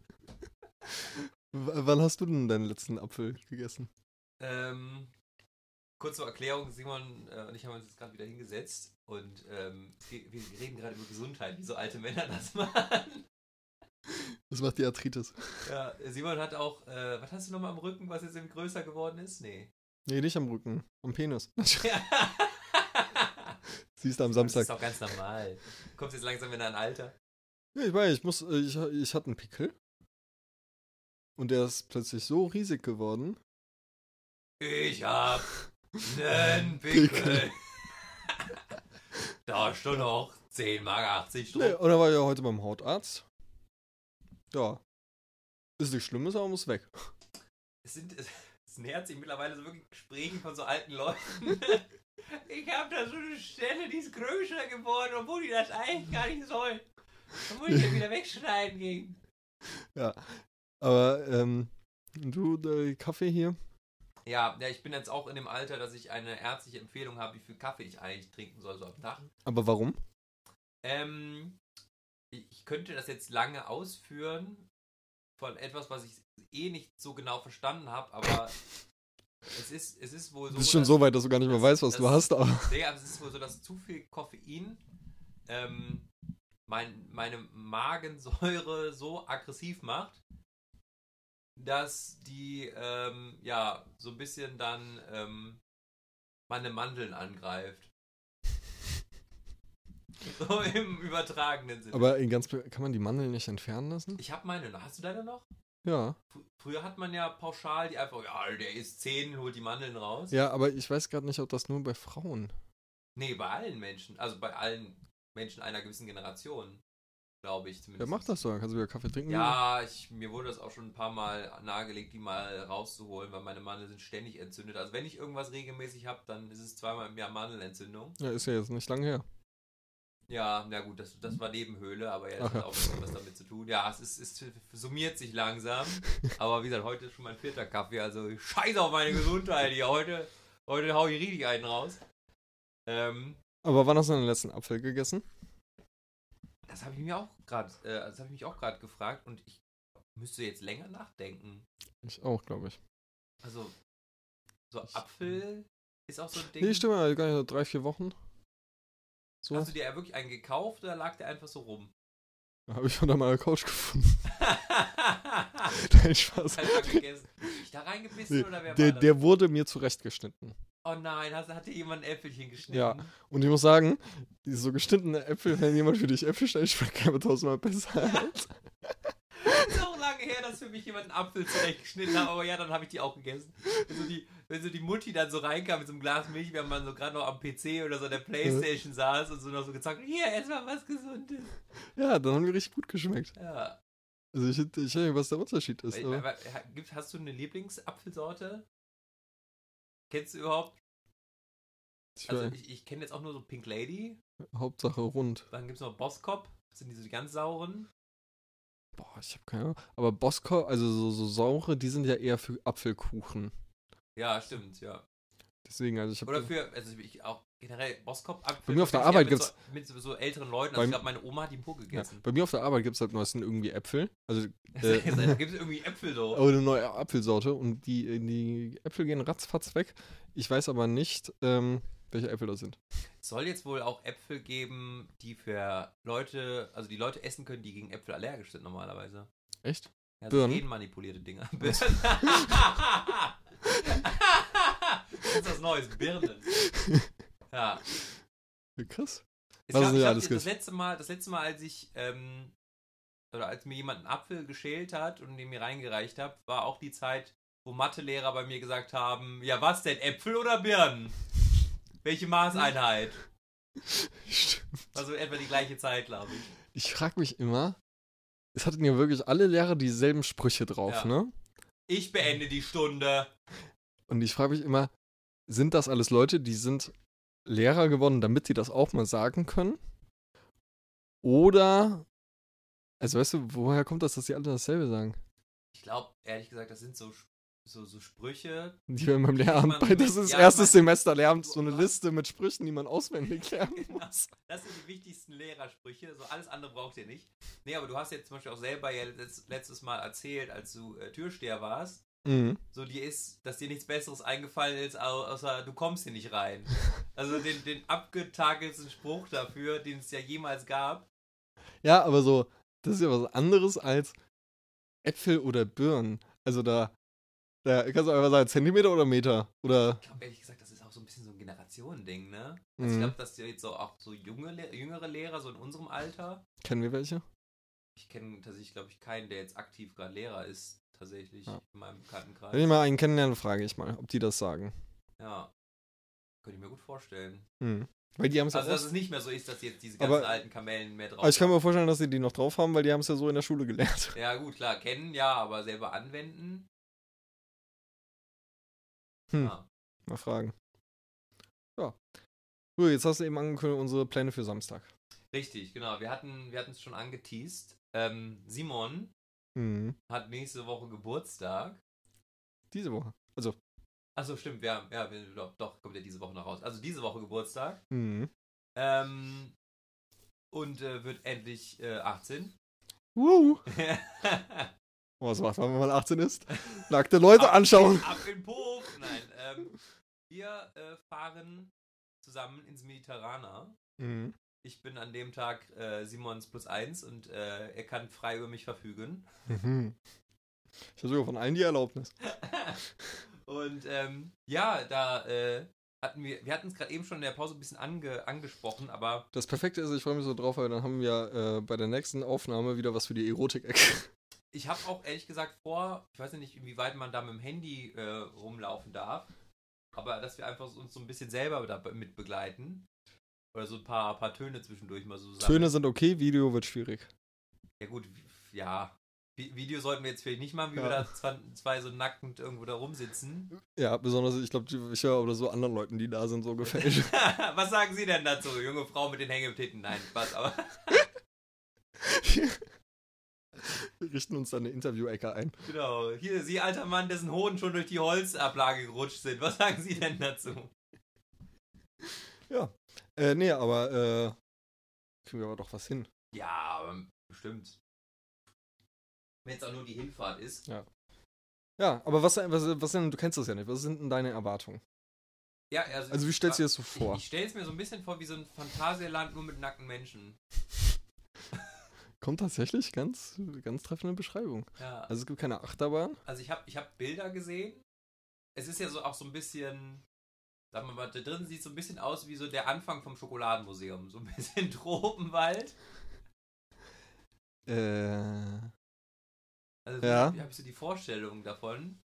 Speaker 2: wann hast du denn deinen letzten Apfel gegessen?
Speaker 1: Ähm, kurz zur Erklärung, Simon äh, und ich haben uns jetzt gerade wieder hingesetzt und ähm, wir wir reden gerade über Gesundheit, wie so alte Männer das machen.
Speaker 2: Das macht die Arthritis.
Speaker 1: Ja, Simon hat auch, äh, was hast du nochmal am Rücken, was jetzt eben größer geworden ist? Nee.
Speaker 2: Nee, nicht am Rücken. Am Penis.
Speaker 1: Ja.
Speaker 2: Siehst du am
Speaker 1: Das
Speaker 2: Samstag.
Speaker 1: ist doch ganz normal. Du kommst jetzt langsam in dein Alter.
Speaker 2: Ja, ich weiß, ich muss, äh, ich, ich hatte einen Pickel. Und der ist plötzlich so riesig geworden.
Speaker 1: Ich hab nen Pickel. da ist schon noch 10 Mark 80
Speaker 2: Nee,
Speaker 1: drin.
Speaker 2: Äh, und da war ich ja heute beim Hautarzt. Ja. Ist nichts Schlimmes, aber muss weg.
Speaker 1: Es, sind, es, es nähert sich mittlerweile so wirklich Gesprächen von so alten Leuten. ich habe da so eine Stelle, die ist größer geworden, obwohl die das eigentlich gar nicht soll. Da muss ich ja wieder wegschneiden gegen.
Speaker 2: Aber, ähm, du, der Kaffee hier.
Speaker 1: Ja, ja, ich bin jetzt auch in dem Alter, dass ich eine ärztliche Empfehlung habe, wie viel Kaffee ich eigentlich trinken soll, so am Tag.
Speaker 2: Aber warum?
Speaker 1: Ähm, ich könnte das jetzt lange ausführen von etwas, was ich eh nicht so genau verstanden habe, aber es ist, es ist wohl
Speaker 2: Du
Speaker 1: so.
Speaker 2: bist schon
Speaker 1: dass-
Speaker 2: so weit, dass du gar nicht mehr
Speaker 1: das-
Speaker 2: weißt, was du
Speaker 1: das-
Speaker 2: hast, aber.
Speaker 1: Nee, aber es ist wohl so, dass zu viel Koffein ähm, mein, meine Magensäure so aggressiv macht, dass die ähm, ja so ein bisschen dann ähm, meine Mandeln angreift. So im übertragenen Sinne.
Speaker 2: Aber in ganz. Kann man die Mandeln nicht entfernen lassen?
Speaker 1: ich habe meine, noch. hast du deine noch?
Speaker 2: Ja.
Speaker 1: Fr- Früher hat man ja pauschal die einfach, ja, der ist 10, holt die Mandeln raus.
Speaker 2: Ja, aber ich weiß gerade nicht, ob das nur bei Frauen.
Speaker 1: Nee, bei allen Menschen, also bei allen Menschen einer gewissen Generation, glaube ich
Speaker 2: Wer
Speaker 1: zumindest.
Speaker 2: macht das so? Kannst du wieder Kaffee trinken?
Speaker 1: Ja, ich, mir wurde das auch schon ein paar Mal nahegelegt, die mal rauszuholen, weil meine Mandeln sind ständig entzündet. Also wenn ich irgendwas regelmäßig habe, dann ist es zweimal im Jahr Mandelentzündung.
Speaker 2: Ja, ist ja jetzt nicht lange her.
Speaker 1: Ja, na gut, das, das war Nebenhöhle, aber ja, das
Speaker 2: Ach
Speaker 1: hat
Speaker 2: ja.
Speaker 1: auch was damit zu tun. Ja, es, ist, es summiert sich langsam. Aber wie gesagt, heute ist schon mein vierter Kaffee, also scheiße auf meine Gesundheit hier. Heute, heute hau ich richtig einen raus. Ähm,
Speaker 2: Aber wann hast du deinen letzten Apfel gegessen?
Speaker 1: Das habe ich mir auch gerade, äh, das habe ich mich auch gerade gefragt und ich müsste jetzt länger nachdenken.
Speaker 2: Ich auch, glaube ich.
Speaker 1: Also so Apfel ist auch so ein Ding.
Speaker 2: Nee, stimmt, also gar nicht, so drei, vier Wochen. So,
Speaker 1: Hast du dir ja wirklich einen gekauft oder lag der einfach so rum?
Speaker 2: habe ich unter meiner Couch gefunden. Nein, Spaß.
Speaker 1: Einfach gegessen. Ich da reingebissen
Speaker 2: Nee,
Speaker 1: oder wer
Speaker 2: der,
Speaker 1: war das?
Speaker 2: der wurde mir zurechtgeschnitten.
Speaker 1: Oh nein, hast, hat dir jemand ein Äpfelchen geschnitten?
Speaker 2: Ja. Und ich muss sagen, die so geschnittene Äpfel, wenn jemand für dich Äpfel schneidet, schmeckt aber tausendmal besser. als-
Speaker 1: ist auch lange her, dass für mich jemand einen Apfel zurechtgeschnitten hat, aber ja, dann habe ich die auch gegessen. Wenn so die, wenn so die Mutti dann so reinkam mit so einem Glas Milch, wenn man so gerade noch am PC oder so an der Playstation saß und so noch so gezackt, hier, erstmal was Gesundes.
Speaker 2: Ja, dann haben die richtig gut geschmeckt.
Speaker 1: Ja.
Speaker 2: Also ich, hätte- ich weiß nicht, was der Unterschied ist. Aber
Speaker 1: Aber gibt- Hast du eine Lieblingsapfelsorte? Kennst du überhaupt?
Speaker 2: ich
Speaker 1: Also
Speaker 2: weiß,
Speaker 1: ich, ich kenne jetzt auch nur so Pink Lady.
Speaker 2: Hauptsache rund.
Speaker 1: Dann gibt es noch Boskop. Das sind diese ganz sauren.
Speaker 2: Boah, ich habe keine Ahnung. Aber Bosco, also so, so saure, die sind ja eher für Apfelkuchen.
Speaker 1: Ja, stimmt, ja.
Speaker 2: Deswegen, also ich
Speaker 1: Oder
Speaker 2: habe.
Speaker 1: für, also ich auch generell Boskop Apfel.
Speaker 2: Bei mir auf der
Speaker 1: gibt's ja
Speaker 2: Arbeit
Speaker 1: mit so, mit so, so älteren Leuten. Also
Speaker 2: Beim-
Speaker 1: ich glaube, meine Oma hat die pur
Speaker 2: Ja,
Speaker 1: gegessen.
Speaker 2: bei mir auf der Arbeit gibt es halt neuesten irgendwie Äpfel. Also äh, Oh.
Speaker 1: da gibt es irgendwie Äpfel so.
Speaker 2: Aber eine neue Apfelsorte und die, die Äpfel gehen ratzfatz weg. Ich weiß aber nicht, ähm, welche Äpfel das sind.
Speaker 1: Es soll jetzt wohl auch Äpfel geben, die für Leute, also die Leute essen können, die gegen Äpfel allergisch sind normalerweise.
Speaker 2: Echt?
Speaker 1: Ja, so
Speaker 2: Birnen?
Speaker 1: genmanipulierte Dinger. Birnen. das ist was Neues, Birnen. Ja.
Speaker 2: Krass.
Speaker 1: Ich
Speaker 2: Was
Speaker 1: glaub,
Speaker 2: es
Speaker 1: ich
Speaker 2: ja
Speaker 1: hab
Speaker 2: alles
Speaker 1: dir das
Speaker 2: gibt.
Speaker 1: letzte Mal, das letzte Mal, als ich ähm, oder als mir jemand einen Apfel geschält hat und den mir reingereicht habe, war auch die Zeit, wo Mathelehrer bei mir gesagt haben: Ja, was denn, Äpfel oder Birnen? Welche Maßeinheit?
Speaker 2: Stimmt.
Speaker 1: Also etwa die gleiche Zeit, glaube ich.
Speaker 2: Ich frage mich immer, es hatten ja wirklich alle Lehrer dieselben Sprüche drauf,
Speaker 1: Ja.
Speaker 2: ne?
Speaker 1: Ich beende die Stunde.
Speaker 2: Und ich frage mich immer, sind das alles Leute, die sind Lehrer geworden, damit sie das auch mal sagen können? Oder, also weißt du, woher kommt das, dass die alle dasselbe sagen?
Speaker 1: Ich glaube, ehrlich gesagt, das sind so, so, so Sprüche.
Speaker 2: Die wir beim Lehramt,
Speaker 1: man-
Speaker 2: bei das ist
Speaker 1: ja,
Speaker 2: erstes
Speaker 1: man-
Speaker 2: Semester Lehramt, so eine Liste mit Sprüchen, die man auswendig lernen
Speaker 1: Genau.
Speaker 2: muss.
Speaker 1: Das sind die wichtigsten Lehrersprüche. So alles andere braucht ihr nicht. Nee, aber du hast jetzt zum Beispiel auch selber ja letzt- letztes Mal erzählt, als du äh, Türsteher warst.
Speaker 2: Mhm.
Speaker 1: So, dir ist, dass dir nichts Besseres eingefallen ist, au- außer du kommst hier nicht rein. Also den, den abgetakelsten Spruch dafür, den es ja jemals gab.
Speaker 2: Ja, aber so, das ist ja was anderes als Äpfel oder Birnen. Also da, da kannst du einfach sagen, Zentimeter oder Meter. Oder
Speaker 1: Ich glaube, ehrlich gesagt, das ist auch so ein bisschen so ein Generationending, ne? Also ich
Speaker 2: Mhm.
Speaker 1: glaube, dass dir jetzt so auch so junge, Le- jüngere Lehrer, so in unserem Alter,
Speaker 2: kennen wir welche?
Speaker 1: ich kenne tatsächlich, glaube ich, keinen, der jetzt aktiv gerade Lehrer ist, tatsächlich
Speaker 2: Ja.
Speaker 1: in meinem Bekanntenkreis.
Speaker 2: Wenn ich mal einen kennenlerne, frage ich mal, ob die das sagen.
Speaker 1: Ja. Könnte ich mir gut vorstellen.
Speaker 2: Mhm. Weil die haben es ja
Speaker 1: Also, dass
Speaker 2: auch.
Speaker 1: es nicht mehr so ist, dass jetzt diese ganzen
Speaker 2: Aber-
Speaker 1: alten Kamellen mehr drauf
Speaker 2: Aber ich kann mir vorstellen, dass sie die noch drauf haben, weil die haben es ja so in der Schule gelernt.
Speaker 1: Ja, gut, klar, kennen ja, aber selber anwenden.
Speaker 2: Hm.
Speaker 1: Ja.
Speaker 2: Mal fragen. Ja. So, jetzt hast du eben angekündigt, unsere Pläne für Samstag.
Speaker 1: Richtig, genau. Wir hatten wir es schon angeteased. Ähm, Simon
Speaker 2: Mhm.
Speaker 1: hat nächste Woche Geburtstag.
Speaker 2: Diese Woche.
Speaker 1: Achso, stimmt, wir haben, ja, wir, doch, doch, kommt ja diese Woche noch raus. Also diese Woche Geburtstag.
Speaker 2: Mhm.
Speaker 1: Ähm, und äh, wird endlich äh, 18.
Speaker 2: Woo.
Speaker 1: Ab
Speaker 2: Oh, Was macht man, wenn man 18 ist? Nackte Leute Also anschauen.
Speaker 1: in den Puff! Nein, ähm, wir äh, fahren zusammen ins Mediterrana.
Speaker 2: Mhm.
Speaker 1: Ich bin an dem Tag äh, Simons plus eins und äh, er kann frei über mich verfügen.
Speaker 2: Mhm. Ich habe sogar von allen die Erlaubnis.
Speaker 1: Und ähm, ja, da äh, hatten wir, wir hatten es gerade eben schon in der Pause ein bisschen ange, angesprochen, aber
Speaker 2: Das Perfekte ist, ich freue mich so drauf, weil dann haben wir äh, bei der nächsten Aufnahme wieder was für die Erotik-Ecke.
Speaker 1: ich habe auch ehrlich gesagt vor, ich weiß ja nicht, inwieweit man da mit dem Handy äh, rumlaufen darf, aber dass wir einfach uns so ein bisschen selber da be- mit begleiten. Oder so ein paar, paar Töne zwischendurch mal so sammeln.
Speaker 2: Töne sind okay, Video wird schwierig.
Speaker 1: Ja gut, w- ja. Vi- Video sollten wir jetzt vielleicht nicht machen, wie wir
Speaker 2: Ja.
Speaker 1: da zwei, zwei so nackend irgendwo da rumsitzen.
Speaker 2: Ja, besonders, ich glaube, ich höre oder so anderen Leuten, die da sind, so gefällt.
Speaker 1: Was sagen Sie denn dazu, junge Frau mit den Hängetitten? Nein, Spaß, aber.
Speaker 2: wir richten uns dann eine Interview-Ecke ein.
Speaker 1: Genau. Hier, Sie alter Mann, dessen Hoden schon durch die Holzablage gerutscht sind. Was sagen Sie denn dazu?
Speaker 2: Äh, nee, aber äh, kriegen wir aber doch was hin.
Speaker 1: Ja, aber bestimmt. Wenn es auch nur die Hinfahrt ist.
Speaker 2: Ja, aber was, was, was denn, du kennst das ja nicht, was sind denn deine Erwartungen?
Speaker 1: Ja, also,
Speaker 2: Also wie stellst du dir das so
Speaker 1: vor?
Speaker 2: vor?
Speaker 1: Ich, ich stelle es mir so ein bisschen vor wie so ein Phantasialand nur mit nackten Menschen.
Speaker 2: Kommt tatsächlich ganz, ganz treffende Beschreibung.
Speaker 1: Ja.
Speaker 2: Also es gibt keine Achterbahn.
Speaker 1: Also ich habe ich hab Bilder gesehen. Es ist ja so auch so ein bisschen, sagen wir mal, da drin sieht so ein bisschen aus wie so der Anfang vom Schokoladenmuseum. So ein bisschen Tropenwald.
Speaker 2: Äh,
Speaker 1: Also
Speaker 2: Ja.
Speaker 1: wie, wie habe ich so die Vorstellung davon?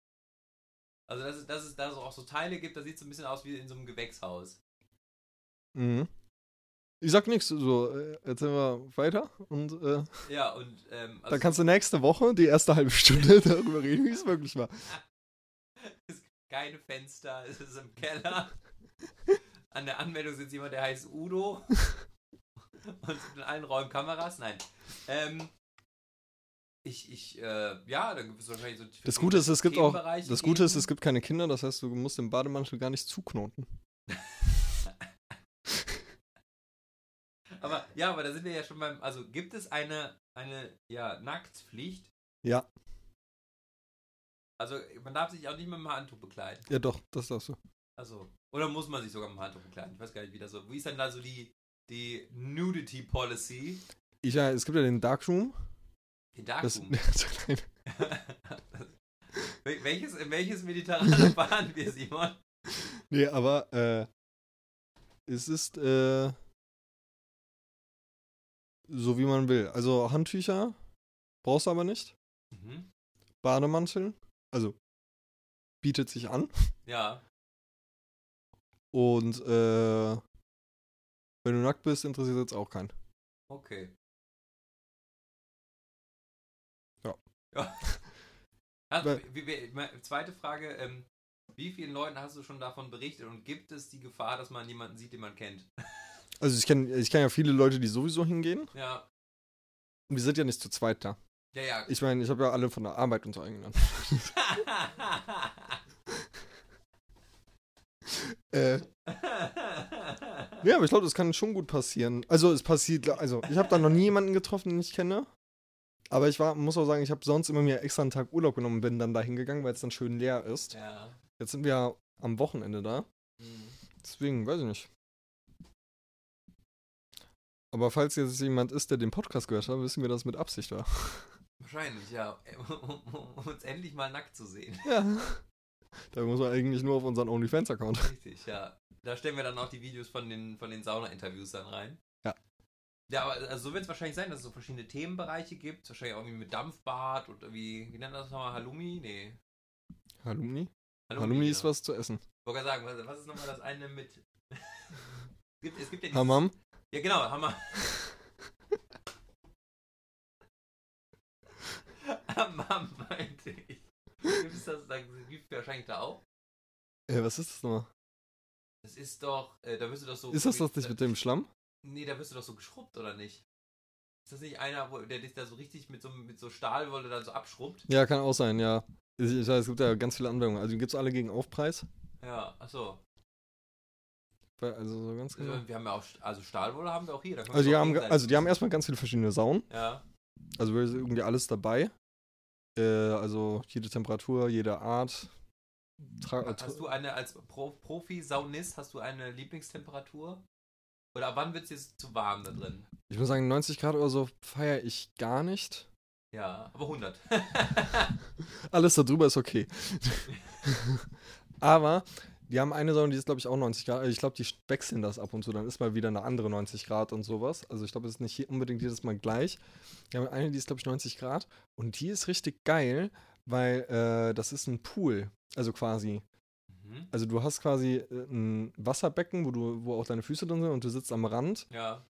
Speaker 1: Also dass es, dass es da so auch so Teile gibt, da sieht es so ein bisschen aus wie in so einem Gewächshaus.
Speaker 2: mhm. Ich sag nichts, so, äh, erzählen wir weiter und äh,
Speaker 1: Ja, und ähm, also
Speaker 2: dann kannst du nächste Woche die erste halbe Stunde darüber reden, wie es wirklich war.
Speaker 1: keine Fenster, es ist im Keller. An der Anmeldung sitzt jemand, der heißt Udo. Und in allen Räumen Kameras. Nein. Ähm, ich, ich, äh, ja, da gibt es wahrscheinlich so.
Speaker 2: Das Gute ist, es gibt auch,
Speaker 1: Themenbereiche
Speaker 2: das Gute ist,
Speaker 1: geben.
Speaker 2: es gibt keine Kinder, das heißt, du musst den Bademantel gar nicht zuknoten.
Speaker 1: Aber ja, aber da sind wir ja schon beim. Also gibt es eine, eine ja, Nacktpflicht?
Speaker 2: Ja,
Speaker 1: Also man darf sich auch nicht mit dem Handtuch bekleiden.
Speaker 2: ja doch, das darfst du.
Speaker 1: Also. Oder muss man sich sogar mit dem Handtuch bekleiden? Ich weiß gar nicht, wie das so. Wie ist denn da so die, die Nudity Policy?
Speaker 2: Ich, ja, es gibt ja den Darkroom.
Speaker 1: Den
Speaker 2: Das,
Speaker 1: Darkroom.
Speaker 2: Nein,
Speaker 1: Wel- welches, in welches mediterrane fahren wir, Simon?
Speaker 2: nee, aber äh, es ist äh, so, wie man will. Also Handtücher brauchst du aber nicht.
Speaker 1: Mhm.
Speaker 2: Bademantel, also bietet sich an.
Speaker 1: Ja.
Speaker 2: Und äh, wenn du nackt bist, interessiert jetzt auch keinen.
Speaker 1: Okay.
Speaker 2: Ja.
Speaker 1: Ja. Also,
Speaker 2: Weil-
Speaker 1: wie, wie, me- zweite Frage, ähm, wie vielen Leuten hast du schon davon berichtet und gibt es die Gefahr, dass man jemanden sieht, den man kennt?
Speaker 2: Also ich kenne ich kenn ja viele Leute, die sowieso hingehen.
Speaker 1: Ja,
Speaker 2: Und wir sind ja nicht zu zweit da.
Speaker 1: ja, ja.
Speaker 2: Ich meine, ich habe ja alle von der Arbeit und so eingeladen. äh, ja, aber ich glaube, das kann schon gut passieren. Also es passiert, also ich habe da noch nie jemanden getroffen, den ich kenne. Aber ich war, muss auch sagen, ich habe sonst immer mir extra einen Tag Urlaub genommen und bin dann da hingegangen, weil es dann schön leer ist.
Speaker 1: ja.
Speaker 2: Jetzt sind wir ja am Wochenende da. Mhm.
Speaker 1: Hm.
Speaker 2: Deswegen, weiß ich nicht. Aber falls jetzt jemand ist, der den Podcast gehört hat, wissen wir, dass es mit Absicht war.
Speaker 1: Wahrscheinlich, ja. Um, um, um uns endlich mal nackt zu sehen.
Speaker 2: Ja. Da muss man eigentlich nur auf unseren OnlyFans-Account.
Speaker 1: Richtig, ja. Da stellen wir dann auch die Videos von den, von den Sauna-Interviews dann rein.
Speaker 2: Ja.
Speaker 1: Ja, aber also so wird es wahrscheinlich sein, dass es so verschiedene Themenbereiche gibt. Wahrscheinlich auch irgendwie mit Dampfbad und irgendwie, wie nennt man das nochmal? Halloumi? Nee.
Speaker 2: Halumni? Halumni ist
Speaker 1: genau.
Speaker 2: was zu essen.
Speaker 1: Ich wollte gerade sagen, was, was ist nochmal das eine mit. es, gibt, es gibt ja dieses-
Speaker 2: Hammam?
Speaker 1: Ja, genau, Hammer. Hammam meinte ich. Gibt es das, da gibt es wahrscheinlich da auch.
Speaker 2: Äh, was ist das nochmal?
Speaker 1: Das ist doch, äh, da wirst du doch so.
Speaker 2: Ist das das nicht mit dem Schlamm?
Speaker 1: Nee, da wirst du doch so geschrubbt, oder nicht? Ist das nicht einer, wo, der dich da so richtig mit so, mit so Stahlwolle dann so abschrubbt?
Speaker 2: Ja, kann auch sein, ja. Ich, ich weiß, es gibt ja ganz viele Anwendungen. Also, die gibt es alle gegen Aufpreis.
Speaker 1: Ja, achso.
Speaker 2: Weil- Also, so ganz genau.
Speaker 1: Wir haben ja auch, St- also Stahlwolle haben wir auch hier. Da können wir
Speaker 2: Also, die
Speaker 1: uns auch
Speaker 2: haben, ge-
Speaker 1: gegenseitig-
Speaker 2: also, die haben erstmal ganz viele verschiedene Saunen.
Speaker 1: Ja,
Speaker 2: Also da ist irgendwie alles dabei. Äh, also jede Temperatur, jede Art. Tra äh, tra-
Speaker 1: hast du eine, als Pro Profi-Saunist, hast du eine Lieblingstemperatur? Oder ab wann wird es jetzt zu warm da drin?
Speaker 2: ich muss sagen, 90 Grad oder so feiere ich gar nicht.
Speaker 1: Ja, aber 100.
Speaker 2: Alles darüber ist okay. Aber die haben eine Sauna, die ist glaube ich auch 90 Grad. Also Ich glaube, die wechseln das ab und zu. Dann ist mal wieder eine andere 90 Grad und sowas. Also ich glaube, es ist nicht je- unbedingt jedes Mal gleich. Die haben eine, die ist glaube ich 90 Grad. Und die ist richtig geil, weil äh, das ist ein Pool. Also quasi.
Speaker 1: mhm.
Speaker 2: Also du hast quasi äh, ein Wasserbecken, wo du, wo auch deine Füße drin sind und du sitzt am Rand
Speaker 1: Ja,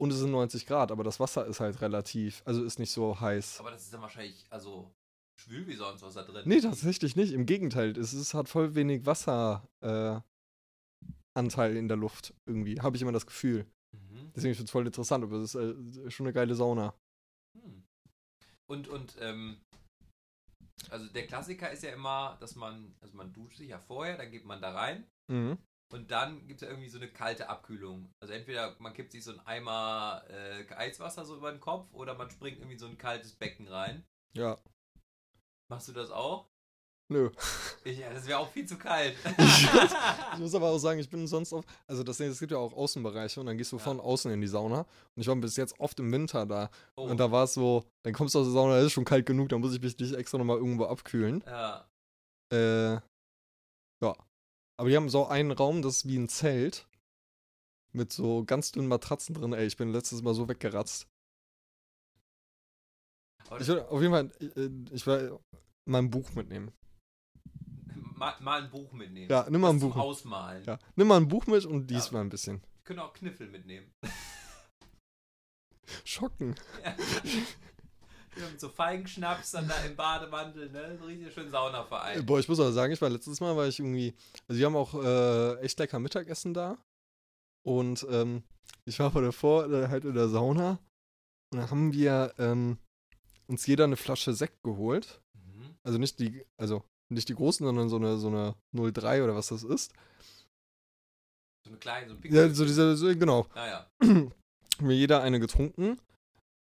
Speaker 2: und es sind 90 Grad, aber das Wasser ist halt relativ, also ist nicht so heiß.
Speaker 1: aber das ist dann wahrscheinlich, also, schwül wie sonst was da drin.
Speaker 2: Nee, tatsächlich nicht. Im Gegenteil, es ist, hat voll wenig Wasseranteil äh, Anteil in der Luft irgendwie. Habe ich immer das Gefühl.
Speaker 1: Mhm.
Speaker 2: Deswegen finde ich es voll interessant, aber es ist äh, schon eine geile Sauna.
Speaker 1: Hm. Und, und, ähm, also der Klassiker ist ja immer, dass man, also man duscht sich ja vorher, dann geht man da rein
Speaker 2: Mhm.
Speaker 1: und dann gibt es ja irgendwie so eine kalte Abkühlung. Also entweder man kippt sich so einen Eimer äh, Eiswasser so über den Kopf oder man springt irgendwie in so ein kaltes Becken rein.
Speaker 2: Ja.
Speaker 1: Machst du das auch?
Speaker 2: Nö.
Speaker 1: Ich, ja, das wäre auch viel zu kalt.
Speaker 2: Ich muss aber auch sagen, ich bin sonst auf. Also das, es gibt ja auch Außenbereiche und dann gehst du
Speaker 1: Ja.
Speaker 2: von außen in die Sauna. Und ich war bis jetzt oft im Winter da.
Speaker 1: Oh.
Speaker 2: Und da war es so, dann kommst du aus der Sauna, das ist schon kalt genug, dann muss ich mich nicht extra nochmal irgendwo abkühlen.
Speaker 1: ja,
Speaker 2: Äh, ja. Aber die haben so einen Raum, das ist wie ein Zelt. Mit so ganz dünnen Matratzen drin, ey. Ich bin letztes Mal so weggeratzt.
Speaker 1: aber
Speaker 2: Ich
Speaker 1: das,
Speaker 2: würde auf jeden Fall, äh, ich will mal ein Buch mitnehmen.
Speaker 1: mal, mal ein Buch mitnehmen.
Speaker 2: Ja, nimm mal
Speaker 1: Das
Speaker 2: ein
Speaker 1: zum
Speaker 2: Buch mit.
Speaker 1: Ausmalen.
Speaker 2: Ja. Nimm mal ein Buch mit und lies
Speaker 1: Ja.
Speaker 2: mal ein bisschen.
Speaker 1: können auch Kniffel mitnehmen.
Speaker 2: Schocken.
Speaker 1: Wir haben so Feigenschnaps dann da im Bademantel, ne? So richtig schön Saunaverein.
Speaker 2: Boah, ich muss aber sagen, ich war letztes Mal, war ich irgendwie. Also, wir haben auch äh, echt lecker Mittagessen da. Und ähm, ich war aber davor äh, halt in der Sauna. Und da haben wir ähm, uns jeder eine Flasche Sekt geholt.
Speaker 1: Mhm.
Speaker 2: Also nicht die, also nicht die großen, sondern so eine, so eine 03 oder was das ist.
Speaker 1: So eine kleine, so ein Picknick. Ah,
Speaker 2: Ja, so diese, so, genau.
Speaker 1: naja.
Speaker 2: Haben wir jeder eine getrunken.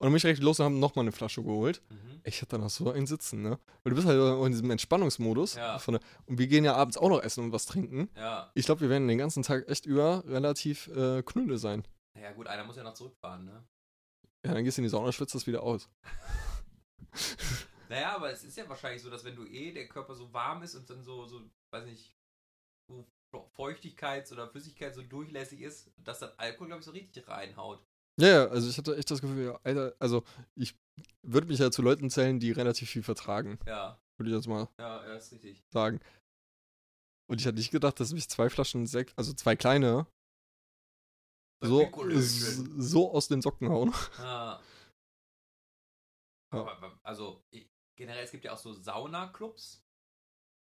Speaker 2: Und dann bin ich recht los und haben nochmal eine Flasche geholt.
Speaker 1: Mhm.
Speaker 2: Ich hatte danach so ein Sitzen, ne? Weil du bist halt auch in diesem Entspannungsmodus.
Speaker 1: Ja.
Speaker 2: Von der, und wir gehen ja abends auch noch essen und was trinken.
Speaker 1: Ja.
Speaker 2: Ich glaube, wir werden den ganzen Tag echt über relativ äh, knülle sein.
Speaker 1: Naja, gut, einer muss ja noch zurückfahren, ne?
Speaker 2: Ja, dann gehst du in die Sauna, schwitzt das wieder aus.
Speaker 1: Naja, aber es ist ja wahrscheinlich so, dass wenn du eh der Körper so warm ist und dann so, so weiß nicht, so Feuchtigkeit oder Flüssigkeit so durchlässig ist, dass dann Alkohol, glaube ich, so richtig reinhaut.
Speaker 2: Ja, ja, also ich hatte echt das Gefühl, ja, Alter, also ich würde mich ja zu Leuten zählen, die relativ viel vertragen,
Speaker 1: Ja,
Speaker 2: würde ich jetzt mal
Speaker 1: ja, ja, ist richtig.
Speaker 2: sagen. Und ich hatte nicht gedacht, dass mich zwei Flaschen Sekt, also zwei kleine,
Speaker 1: Bei
Speaker 2: so,
Speaker 1: Pikolöchen.
Speaker 2: so aus den Socken hauen.
Speaker 1: Ja.
Speaker 2: Ja.
Speaker 1: Aber, aber, also, ich- generell, es gibt ja auch so Saunaclubs.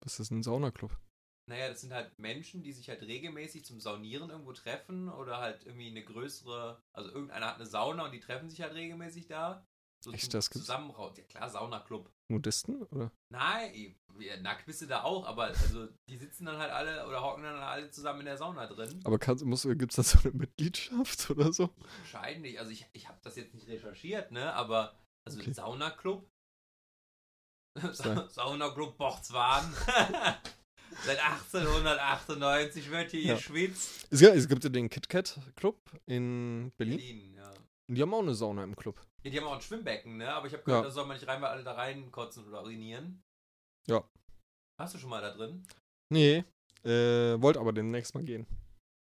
Speaker 2: Was ist ein Saunaclub?
Speaker 1: Naja, das sind halt Menschen, die sich halt regelmäßig zum Saunieren irgendwo treffen oder halt irgendwie eine größere, also irgendeiner hat eine Sauna und die treffen sich halt regelmäßig da. So
Speaker 2: Echt,
Speaker 1: zum-
Speaker 2: das gibt's?
Speaker 1: Zusammenraum. Ja klar, Saunaclub.
Speaker 2: Modisten? Oder?
Speaker 1: Nein, ja, nackt bist du da auch, aber also die sitzen dann halt alle oder hocken dann alle zusammen in der Sauna drin.
Speaker 2: Aber kannst- muss- gibt's da so eine Mitgliedschaft oder so?
Speaker 1: Wahrscheinlich, also ich, ich habe das jetzt nicht recherchiert, ne, aber also
Speaker 2: Okay.
Speaker 1: Saunaclub.
Speaker 2: Sa-
Speaker 1: Sa Saunaclub Bochswan. Seit 1898 wird hier
Speaker 2: Ja.
Speaker 1: geschwitzt.
Speaker 2: Es, gibt- es gibt ja den KitKat-Club in Berlin.
Speaker 1: Berlin, ja.
Speaker 2: Und die haben auch eine Sauna im Club.
Speaker 1: Ja, die haben auch ein Schwimmbecken, ne? Aber ich habe gehört,
Speaker 2: Ja.
Speaker 1: da soll man nicht rein, weil alle da reinkotzen oder urinieren.
Speaker 2: Ja.
Speaker 1: Hast du schon mal da drin?
Speaker 2: Nee, äh, wollte aber demnächst mal gehen.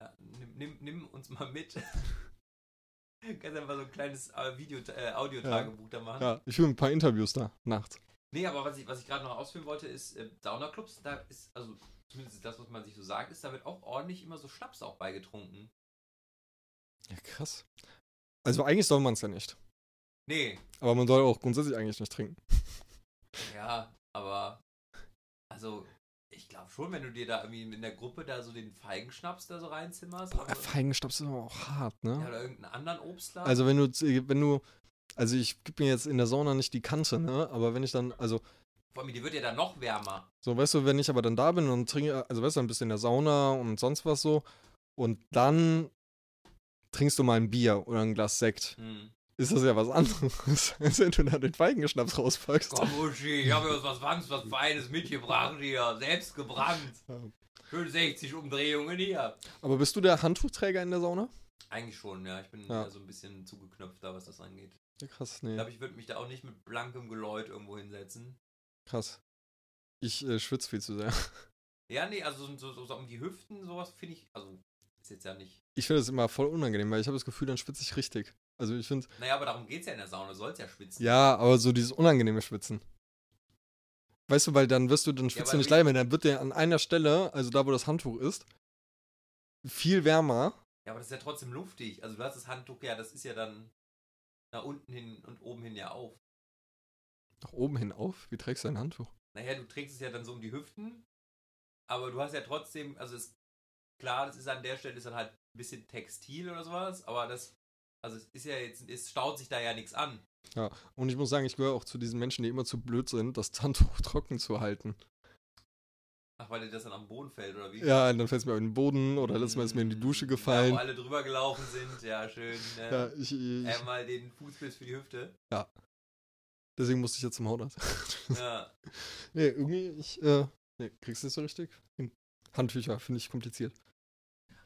Speaker 1: Ja, nimm, nimm, nimm uns mal mit. Kannst einfach so ein kleines äh, Video, äh, Audio-Tagebuch da machen.
Speaker 2: Ja, ich will ein paar Interviews da, nachts.
Speaker 1: Nee, aber was ich, was ich gerade noch ausführen wollte, ist, äh, Saunaclubs, da ist, also zumindest das, was man sich so sagt, ist, da wird auch ordentlich immer so Schnaps auch beigetrunken.
Speaker 2: Ja, krass. Also eigentlich soll man es ja nicht.
Speaker 1: Nee,
Speaker 2: Aber man soll auch grundsätzlich eigentlich nicht trinken.
Speaker 1: ja, aber, also, ich glaube schon, wenn du dir da irgendwie in der Gruppe da so den Feigenschnaps da so reinzimmerst.
Speaker 2: Boah,
Speaker 1: also,
Speaker 2: Feigenstaubs ist aber auch hart, ne?
Speaker 1: ja, oder irgendeinen anderen Obstler.
Speaker 2: Also wenn du, z- wenn du, also ich gebe mir jetzt in der Sauna nicht die Kante, ne? Aber wenn ich dann, also,
Speaker 1: Vor allem, die wird ja dann noch wärmer.
Speaker 2: so weißt du, wenn ich aber dann da bin und trinke, also weißt du, ein bisschen in der Sauna und sonst was so, und dann trinkst du mal ein Bier oder ein Glas Sekt,
Speaker 1: Hm.
Speaker 2: ist das ja was anderes, als wenn du da den Feigenschnaps rauspackst.
Speaker 1: Komm, Uschi, ich habe was ganz was Feines mitgebracht hier. Selbst gebrannt.
Speaker 2: Ja.
Speaker 1: Schön 60 Umdrehungen hier.
Speaker 2: Aber bist du der Handtuchträger in der Sauna?
Speaker 1: Eigentlich schon, ja. Ich bin
Speaker 2: Ja.
Speaker 1: ja so ein bisschen zugeknöpfter, was das angeht.
Speaker 2: Ja, krass,
Speaker 1: Ich
Speaker 2: nee.
Speaker 1: glaube, ich würde mich da auch nicht mit blankem Geläut irgendwo hinsetzen.
Speaker 2: Krass. Ich äh, schwitze viel zu sehr.
Speaker 1: Ja, nee, also so, so, so um die Hüften, sowas finde ich. Also, ist jetzt ja nicht.
Speaker 2: Ich finde das immer voll unangenehm, weil ich habe das Gefühl, dann schwitze ich richtig. Also ich finde,
Speaker 1: Naja, aber darum geht's ja in der Sauna. Du sollst ja schwitzen.
Speaker 2: ja, aber so dieses unangenehme Schwitzen. Weißt du, weil dann wirst du, dann schwitzt
Speaker 1: aber
Speaker 2: du nicht
Speaker 1: wie-
Speaker 2: leid mehr. Dann wird dir an einer Stelle, also da, wo das Handtuch ist, viel wärmer.
Speaker 1: Ja, aber das ist ja trotzdem luftig. Also, du hast das Handtuch, ja, das ist ja dann nach unten hin und oben hin ja auf.
Speaker 2: Nach oben hin auf. Wie trägst du ein Handtuch?
Speaker 1: Naja, du trägst es ja dann so um die Hüften, aber du hast ja trotzdem, also ist klar, das ist an der Stelle ist dann halt ein bisschen Textil oder sowas, aber das, also es ist ja jetzt, es staut sich da ja nichts an.
Speaker 2: Und ich muss sagen, ich gehöre auch zu diesen Menschen, die immer zu blöd sind, das Handtuch trocken zu halten.
Speaker 1: Ach, weil dir das dann am Boden fällt oder wie?
Speaker 2: Ja, und dann fällt es mir auf den Boden oder letztes Mal ist mir in die
Speaker 1: Mm,
Speaker 2: Dusche
Speaker 1: Ja,
Speaker 2: gefallen.
Speaker 1: wo alle drüber gelaufen sind, ja, schön. Ne?
Speaker 2: Ja, ich, ich,
Speaker 1: Einmal den Fußpilz für die Hüfte.
Speaker 2: deswegen musste ich jetzt zum Haunarzt.
Speaker 1: Ja.
Speaker 2: Nee, irgendwie, ich, äh, nee, kriegst du nicht so richtig hin. Handtücher finde ich kompliziert.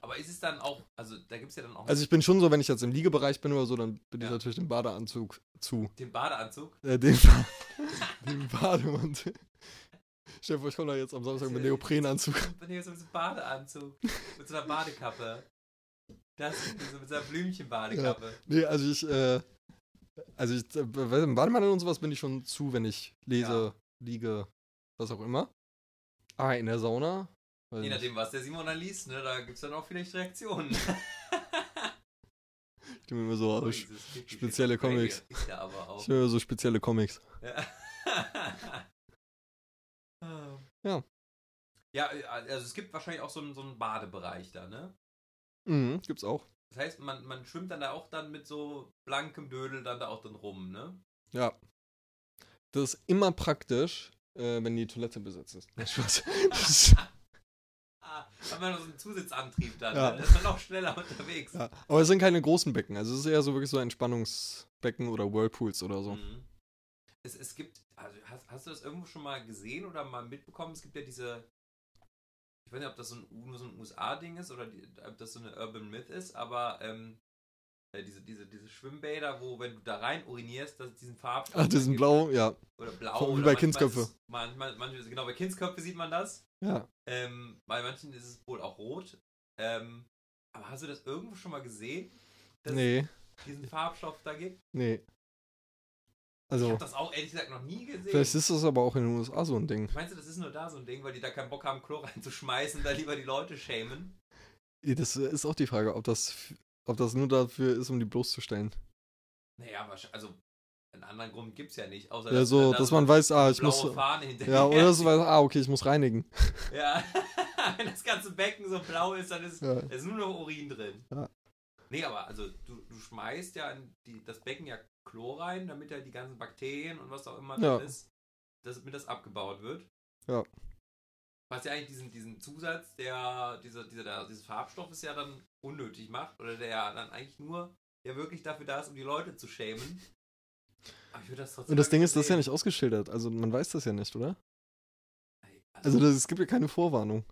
Speaker 1: Aber ist es dann auch, also da gibt es ja dann auch
Speaker 2: Also ich bin schon so, wenn ich jetzt im Liegebereich bin oder so, dann bin ich
Speaker 1: Ja.
Speaker 2: natürlich dem Badeanzug zu.
Speaker 1: den Badeanzug.
Speaker 2: Äh, dem, Ba- dem Bademantel. Stell dir vor, ich komme da jetzt am Samstag mit Neoprenanzug.
Speaker 1: Wenn hier so ein bisschen Badeanzug mit so einer Badekappe. Das so mit so einer Blümchenbadekappe.
Speaker 2: Nee, also ich, äh, also ich, äh, weiß nicht, Bademantel und sowas bin ich schon zu, wenn ich lese, liege, was auch immer. Ah, in der Sauna? Weiß
Speaker 1: Je
Speaker 2: nicht.
Speaker 1: nachdem, was der Simon dann liest, ne, da gibt es dann auch vielleicht Reaktionen.
Speaker 2: Ich nehme immer so aus. Ich
Speaker 1: Dieses typische
Speaker 2: Oh, spezielle Comics.
Speaker 1: Schwäbisch ist da aber auch.
Speaker 2: nehme immer so spezielle Comics.
Speaker 1: ja. Ah. Ja, also es gibt wahrscheinlich auch so einen, so einen Badebereich da, ne?
Speaker 2: Mhm, gibt's auch.
Speaker 1: Das heißt, man, man schwimmt dann da auch dann mit so blankem Dödel dann da auch dann rum, ne?
Speaker 2: Ja. Das ist immer praktisch, äh, wenn die Toilette besetzt ist. Nein, Spaß. Das ist-
Speaker 1: Ah, hat man noch so einen Zusatzantrieb dann.
Speaker 2: Ja.
Speaker 1: Dann ist man noch schneller unterwegs.
Speaker 2: ja. Aber es sind keine großen Becken. Also es ist eher so wirklich so ein Entspannungsbecken oder Whirlpools oder so.
Speaker 1: Mhm. Es, es gibt, also hast, hast du das irgendwo schon mal gesehen oder mal mitbekommen? Es gibt ja diese, ich weiß nicht, ob das so ein, nur so ein USA-Ding ist oder die, ob das so eine Urban Myth ist, aber ähm, äh, diese, diese, diese Schwimmbäder, wo wenn du da rein urinierst, dass es diesen Farbstoff
Speaker 2: Ah, diesen
Speaker 1: gibt.
Speaker 2: blau, ja.
Speaker 1: oder blau
Speaker 2: Vor- wie
Speaker 1: oder
Speaker 2: bei
Speaker 1: manchmal
Speaker 2: Kindsköpfe.
Speaker 1: ist es- Manchmal, manchmal, genau, bei Kindsköpfe sieht man das.
Speaker 2: Ja.
Speaker 1: Ähm, bei manchen ist es wohl auch rot. Ähm, aber hast du das irgendwo schon mal gesehen, dass
Speaker 2: Nee,
Speaker 1: es diesen Farbstoff da gibt?
Speaker 2: nee.
Speaker 1: Ich
Speaker 2: Also,
Speaker 1: habe das auch ehrlich gesagt noch nie gesehen.
Speaker 2: vielleicht ist das aber auch in den USA so ein Ding.
Speaker 1: Meinst du, das ist nur da so ein Ding, weil die da keinen Bock haben, Chlor reinzuschmeißen, da lieber die Leute schämen?
Speaker 2: Das ist auch die Frage, ob das, f- ob das nur dafür ist, um die bloßzustellen.
Speaker 1: Naja, wahrscheinlich, also einen anderen Grund gibt's ja nicht, außer
Speaker 2: Ja, so,
Speaker 1: da
Speaker 2: dass
Speaker 1: so
Speaker 2: man weiß, ah, ich
Speaker 1: blaue
Speaker 2: muss.
Speaker 1: Fahne hinterher.
Speaker 2: Ja, oder so, weil, ah, okay, ich muss reinigen.
Speaker 1: Ja, wenn das ganze Becken so blau ist, dann ist,
Speaker 2: Ja.
Speaker 1: da ist nur noch Urin drin.
Speaker 2: Ja.
Speaker 1: Nee, aber also du, du schmeißt ja in die, das Becken ja Chlor rein, damit ja die ganzen Bakterien und was auch immer
Speaker 2: Ja.
Speaker 1: das ist, dass damit das abgebaut wird.
Speaker 2: Ja.
Speaker 1: Was ja eigentlich diesen, diesen Zusatz, der, dieser, dieser, der, dieses Farbstoffes ja dann unnötig macht, oder der ja dann eigentlich nur ja wirklich dafür da ist, um die Leute zu schämen. Aber ich würde das trotzdem
Speaker 2: Und das
Speaker 1: gerne
Speaker 2: Ding ist, das ist ja
Speaker 1: sehen.
Speaker 2: nicht ausgeschildert. Also, man weiß das ja nicht, oder?
Speaker 1: Also,
Speaker 2: Also, das, es gibt ja keine Vorwarnung.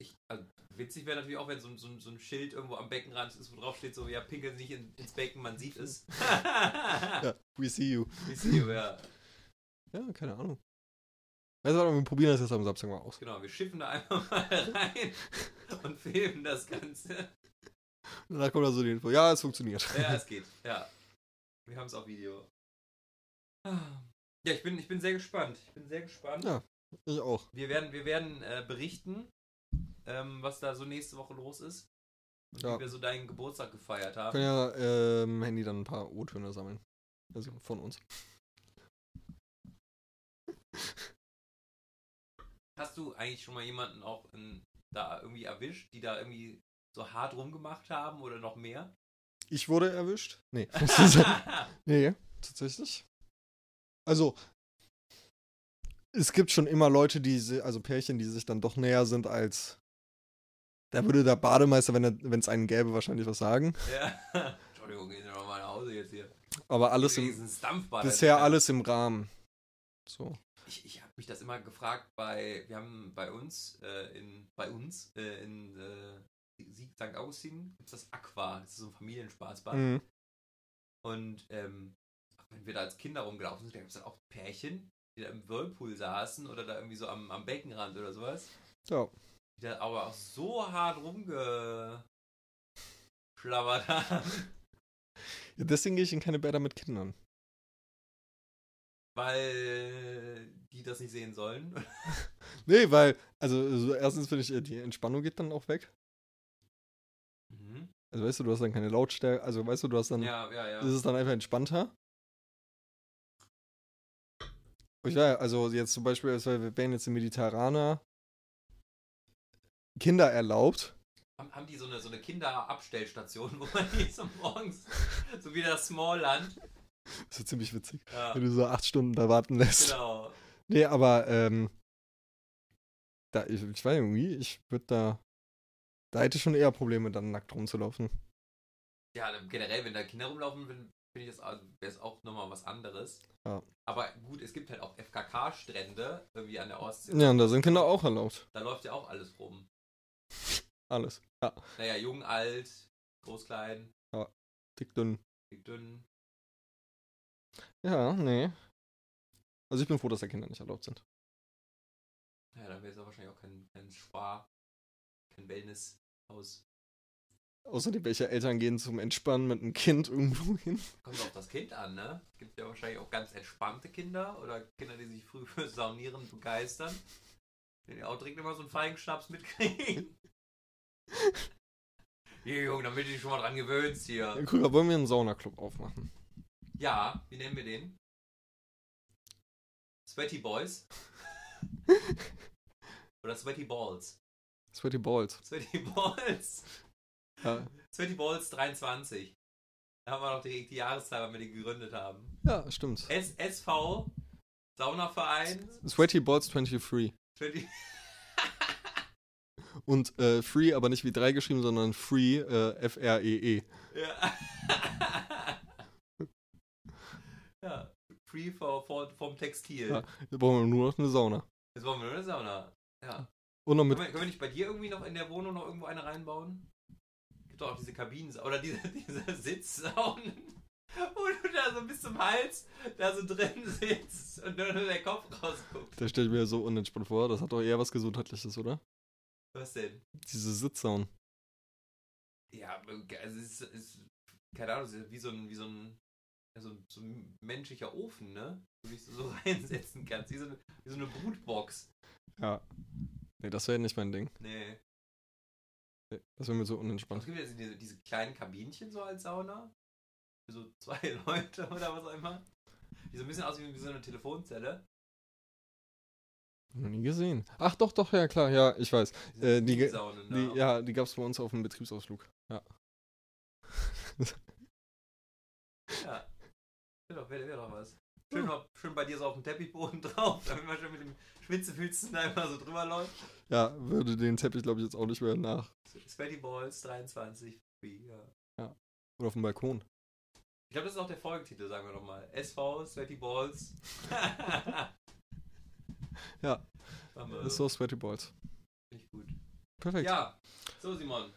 Speaker 1: Ich, also, witzig wäre natürlich auch, wenn so, ein- so, ein- so ein Schild irgendwo am Beckenrand ist, wo drauf steht so, ja, pinkel nicht in, ins Becken, man sieht es. ja.
Speaker 2: Ja, we see you.
Speaker 1: ja.
Speaker 2: Ja, keine Ahnung. Weißt du, was, wir probieren das jetzt am Samstag mal aus.
Speaker 1: Genau, wir schiffen da einfach mal rein und filmen das Ganze.
Speaker 2: Und dann kommt da so die Info. Ja, es funktioniert.
Speaker 1: Ja, es geht. Ja. Wir haben es auf Video. Ah. Ja, ich bin, ich bin sehr gespannt. Ich bin sehr gespannt.
Speaker 2: Ja. Ich auch.
Speaker 1: Wir werden, wir werden äh, berichten, ähm, was da so nächste Woche los ist. Und
Speaker 2: Ja.
Speaker 1: wie wir so deinen Geburtstag gefeiert haben.
Speaker 2: Können ja ähm, Handy dann ein paar O-Töne sammeln. Also von uns.
Speaker 1: Hast du eigentlich schon mal jemanden auch in, da irgendwie erwischt, die da irgendwie so hart rumgemacht haben oder noch mehr?
Speaker 2: Ich wurde erwischt? Nee. nee, tatsächlich. Also, es gibt schon immer Leute, die, si- also Pärchen, die sich dann doch näher sind als. Da würde der Bademeister, wenn es einen gäbe, wahrscheinlich was sagen.
Speaker 1: ja. Entschuldigung, gehen Sie doch mal nach Hause jetzt hier.
Speaker 2: Aber alles im,
Speaker 1: Riesen Stampfball.
Speaker 2: bisher alles im Rahmen. So.
Speaker 1: Ich, ich habe mich das immer gefragt bei, wir haben bei uns, äh, in, bei uns, äh, in äh, Sieg St. Augustin gibt es das Aqua, das ist so ein Familienspaßbad.
Speaker 2: Mhm.
Speaker 1: Und ähm, wenn wir da als Kinder rumgelaufen sind, da gab es dann auch Pärchen, die da im Whirlpool saßen oder da irgendwie so am, am Beckenrand oder sowas.
Speaker 2: Ja.
Speaker 1: die da aber auch so hart rumgeschlabbert haben,
Speaker 2: Ja, Deswegen gehe ich in keine Bäder mit Kindern.
Speaker 1: weil die das nicht sehen sollen.
Speaker 2: Nee, weil, also, also erstens finde ich, äh, die Entspannung geht dann auch weg.
Speaker 1: Mhm.
Speaker 2: Also weißt du, du hast dann keine Lautstärke, also weißt du, du hast dann,
Speaker 1: Ja, ja,
Speaker 2: ist
Speaker 1: ja.
Speaker 2: es dann einfach entspannter. Und ja, also jetzt zum Beispiel, also wir wären jetzt im Mediterraner Kinder erlaubt.
Speaker 1: Haben, haben die so eine, so eine Kinderabstellstation, wo man die so morgens, so wie das Smallland.
Speaker 2: Das ist ja ziemlich witzig,
Speaker 1: Ja,
Speaker 2: wenn du so acht Stunden da warten lässt.
Speaker 1: genau.
Speaker 2: Nee, aber ähm, da, ich, ich weiß irgendwie, ich würde da, da hätte ich schon eher Probleme, dann nackt rumzulaufen.
Speaker 1: Ja, generell, wenn da Kinder rumlaufen, bin- finde ich das also, wäre es auch nochmal was anderes.
Speaker 2: Ja.
Speaker 1: Aber gut, es gibt halt auch FKK-Strände irgendwie an der Ostsee.
Speaker 2: Ja, und da sind Kinder auch erlaubt.
Speaker 1: Da läuft ja auch alles rum.
Speaker 2: Alles. Ja,
Speaker 1: Naja, jung, alt, groß, klein,
Speaker 2: dick, dünn.
Speaker 1: dick, dünn.
Speaker 2: Ja, nee. Also ich bin froh, dass da Kinder nicht erlaubt sind.
Speaker 1: Ja, dann wäre es ja wahrscheinlich auch kein, kein Spa, kein Wellnesshaus.
Speaker 2: Außerdem, welche Eltern gehen zum Entspannen mit einem Kind irgendwo hin?
Speaker 1: Kommt auf das Kind an, ne? Es gibt ja wahrscheinlich auch ganz entspannte Kinder oder Kinder, die sich früh für Saunieren begeistern. Die auch direkt immer so einen feigen Schnaps mitkriegen. Hier, Junge, damit du dich schon mal dran gewöhnst hier.
Speaker 2: Krüger, wollen wir einen Saunaclub aufmachen?
Speaker 1: Ja, wie nennen wir den? Sweaty Boys? Oder Sweaty Balls?
Speaker 2: Sweaty Balls.
Speaker 1: Sweaty Balls?
Speaker 2: Ja,
Speaker 1: Sweaty Balls 23. Da haben wir noch direkt die Jahreszahl, wann wir die gegründet haben.
Speaker 2: ja stimmt.
Speaker 1: S SV, Saunaverein,
Speaker 2: Sweaty Balls 23.
Speaker 1: 20
Speaker 2: Und äh, Free, aber nicht wie drei geschrieben, sondern Free, äh, F-R-E-E.
Speaker 1: Ja. ja. Free for, for, vom Textil.
Speaker 2: Ja. Da brauchen wir nur noch eine Sauna.
Speaker 1: Jetzt wollen wir nur eine Sauna. Ja.
Speaker 2: Und noch mit.
Speaker 1: Können wir, können wir nicht bei dir irgendwie noch in der Wohnung noch irgendwo eine reinbauen? Gibt doch auch diese Kabinen oder diese, diese Sitzsaunen, wo du da so bis zum Hals da so drin sitzt und nur der Kopf rausguckt.
Speaker 2: Da stelle ich mir so unentspannt vor. Das hat doch eher was Gesundheitliches, oder?
Speaker 1: Was denn?
Speaker 2: Diese Sitzsaun.
Speaker 1: Ja, also es ist, ist keine Ahnung, es ist wie so ein, wie so ein, ja, so ein, so ein menschlicher Ofen, ne? Wo du dich so reinsetzen kannst, wie so eine, wie so eine Brutbox.
Speaker 2: Ja. Nee, das wäre nicht mein Ding.
Speaker 1: Nee.
Speaker 2: Nee, Das wäre mir so
Speaker 1: Es
Speaker 2: unentspannt.
Speaker 1: gibt ja diese, diese kleinen Kabinchen so als Sauna. Für so zwei Leute oder was auch immer. Die so ein bisschen aussehen wie so eine Telefonzelle.
Speaker 2: Noch nie gesehen. Ach doch, doch, ja klar, ja, ich weiß.
Speaker 1: Diese
Speaker 2: Äh, die ge-
Speaker 1: Saune, ne?
Speaker 2: Die, ja, die gab es bei uns auf dem Betriebsausflug. Ja.
Speaker 1: ja. Wäre doch, wär, wär doch was. Schön, noch, schön bei dir so auf dem Teppichboden drauf, damit man schon mit dem Schwitzefüßchen da immer so drüber läuft.
Speaker 2: Ja, würde den Teppich, glaube ich, jetzt auch nicht mehr nach.
Speaker 1: Sweaty Balls 23 Free, ja.
Speaker 2: Oder auf dem Balkon.
Speaker 1: Ich glaube, das ist auch der Folgetitel, sagen wir nochmal. SV, Sweaty Balls.
Speaker 2: Ja.
Speaker 1: Machen wir
Speaker 2: Das ist
Speaker 1: so.
Speaker 2: so Sweaty Balls.
Speaker 1: Finde ich gut.
Speaker 2: Perfekt.
Speaker 1: Ja, so Simon.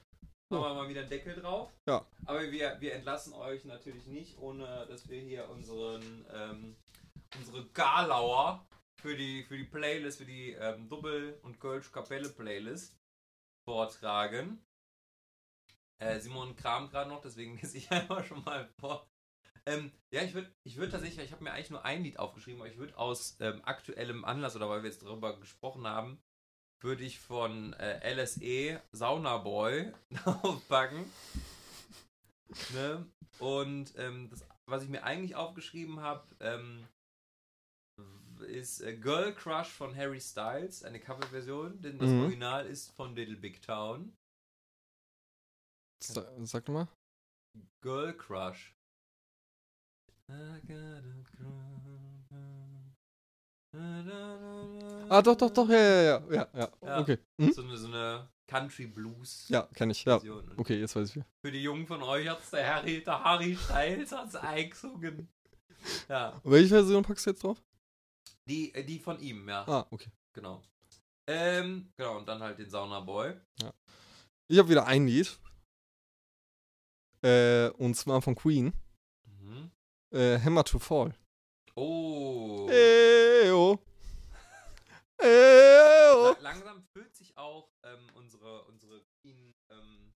Speaker 2: So.
Speaker 1: Machen wir mal wieder einen Deckel drauf.
Speaker 2: Ja.
Speaker 1: Aber wir, wir entlassen euch natürlich nicht, ohne dass wir hier unseren, ähm, unsere Galauer für die, für die Playlist, für die ähm, Double- und Kölsch-Kapelle-Playlist vortragen. Äh, Simon kramt gerade noch, deswegen lese ich einfach schon mal vor. Ähm, ja, ich würde ich würd tatsächlich, ich habe mir eigentlich nur ein Lied aufgeschrieben, aber ich würde aus ähm, aktuellem Anlass oder weil wir jetzt darüber gesprochen haben, würde ich von äh, LSE Sauna Boy aufpacken. Ne? Und ähm, das, was ich mir eigentlich aufgeschrieben habe, ähm, w- ist äh, Girl Crush von Harry Styles, eine Coverversion, denn das
Speaker 2: Mhm.
Speaker 1: Original ist von Little Big Town.
Speaker 2: Sa sag doch mal.
Speaker 1: Girl Crush. I got a crush.
Speaker 2: Ah, doch, doch, doch, ja, ja, ja, ja, ja.
Speaker 1: Ja.
Speaker 2: Okay. Mhm.
Speaker 1: So eine, so eine Country Blues
Speaker 2: Ja, kenne ich. Ja.
Speaker 1: Version. Und
Speaker 2: Okay, jetzt weiß ich wieder.
Speaker 1: Für die Jungen von euch hat's der Harry, der Harry Styles hat's eingesungen. Ja,
Speaker 2: Und welche Version packst du jetzt drauf?
Speaker 1: die, äh, die von ihm, ja,
Speaker 2: Ah, okay.
Speaker 1: genau. Ähm, genau, und dann halt den Sauna Boy.
Speaker 2: Ich habe wieder ein Lied. Äh, und zwar von Queen.
Speaker 1: Mhm.
Speaker 2: Äh, Hammer to Fall.
Speaker 1: Oh.
Speaker 2: Eyo. Eyo. Oh.
Speaker 1: La langsam füllt sich auch ähm, unsere, unsere Queen, ähm,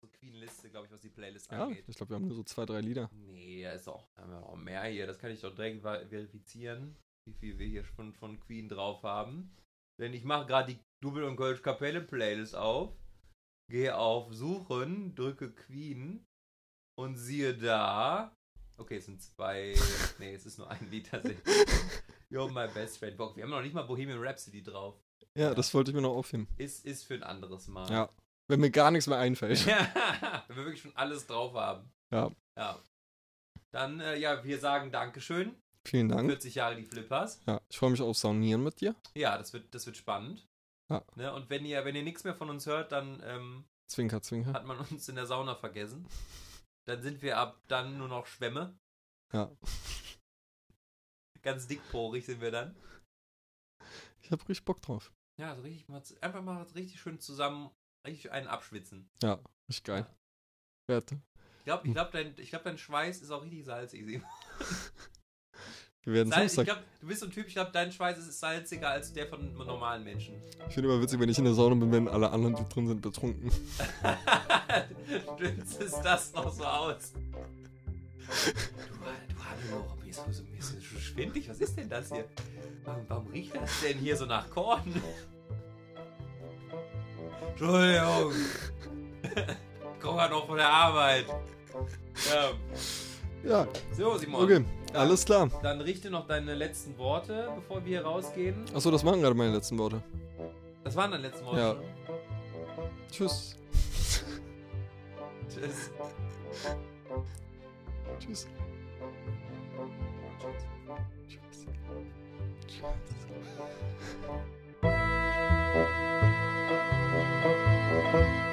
Speaker 1: unsere Queen-Liste, glaube ich, was die Playlist
Speaker 2: Ja,
Speaker 1: angeht.
Speaker 2: ich glaube, wir haben nur so zwei, drei Lieder.
Speaker 1: Nee, da ist auch, da haben wir noch mehr hier. Das kann ich doch direkt ver- verifizieren, wie viel wir hier schon von Queen drauf haben. Denn ich mache gerade die Double- und Gold-Kapelle-Playlist auf, gehe auf Suchen, drücke Queen und siehe da. Okay, es sind zwei. nee, es ist nur ein Lied tatsächlich. You're my best friend. Bock, wir haben noch nicht mal Bohemian Rhapsody drauf.
Speaker 2: Ja, das wollte ich mir noch aufheben.
Speaker 1: Ist, ist für ein anderes Mal.
Speaker 2: Ja. Wenn mir gar nichts mehr einfällt.
Speaker 1: Ja, wenn wir wirklich schon alles drauf haben.
Speaker 2: Ja.
Speaker 1: ja. Dann, äh, ja, wir sagen Dankeschön.
Speaker 2: Vielen Dank.
Speaker 1: 40 Jahre die Flippers.
Speaker 2: Ja, ich freue mich auf Saunieren mit dir.
Speaker 1: Ja, das wird, das wird spannend.
Speaker 2: Ja.
Speaker 1: Ne? Und wenn ihr, wenn ihr nichts mehr von uns hört, dann ähm,
Speaker 2: Zwinker, zwinker.
Speaker 1: hat man uns in der Sauna vergessen. Dann sind wir ab dann nur noch Schwämme.
Speaker 2: Ja.
Speaker 1: Ganz dickporig sind wir dann.
Speaker 2: Ich habe richtig Bock drauf.
Speaker 1: Ja, so richtig mal, z- einfach mal richtig schön zusammen, richtig einen abschwitzen.
Speaker 2: Richtig geil. Werte.
Speaker 1: Ich glaube, ich glaub, dein, ich glaub, dein Schweiß ist auch richtig salzig. Simon.
Speaker 2: Wir werden
Speaker 1: Salz, ich
Speaker 2: Samstag.
Speaker 1: glaube, du bist so ein Typ, ich glaube, dein Schweiß ist salziger als der von normalen Menschen.
Speaker 2: Ich finde immer witzig, wenn ich in der Sauna bin, wenn alle anderen, die drin sind, betrunken.
Speaker 1: Dünnst ist das noch so aus. Du, du Hadeloch, mir ist, so- mir ist so schwindlig. Was ist denn das hier? Warum, warum riecht das denn hier so nach Korn? Entschuldigung. Kocher noch von der Arbeit. Ja.
Speaker 2: Ja,
Speaker 1: So, Simon.
Speaker 2: okay. Alles klar.
Speaker 1: Dann richte noch deine letzten Worte, bevor wir hier rausgehen.
Speaker 2: Achso, das waren gerade meine letzten Worte.
Speaker 1: Das waren deine letzten Worte. ne?
Speaker 2: Ja.
Speaker 1: schon.
Speaker 2: Tschüss.
Speaker 1: Tschüss.
Speaker 2: Tschüss. Tschüss. Tschüss.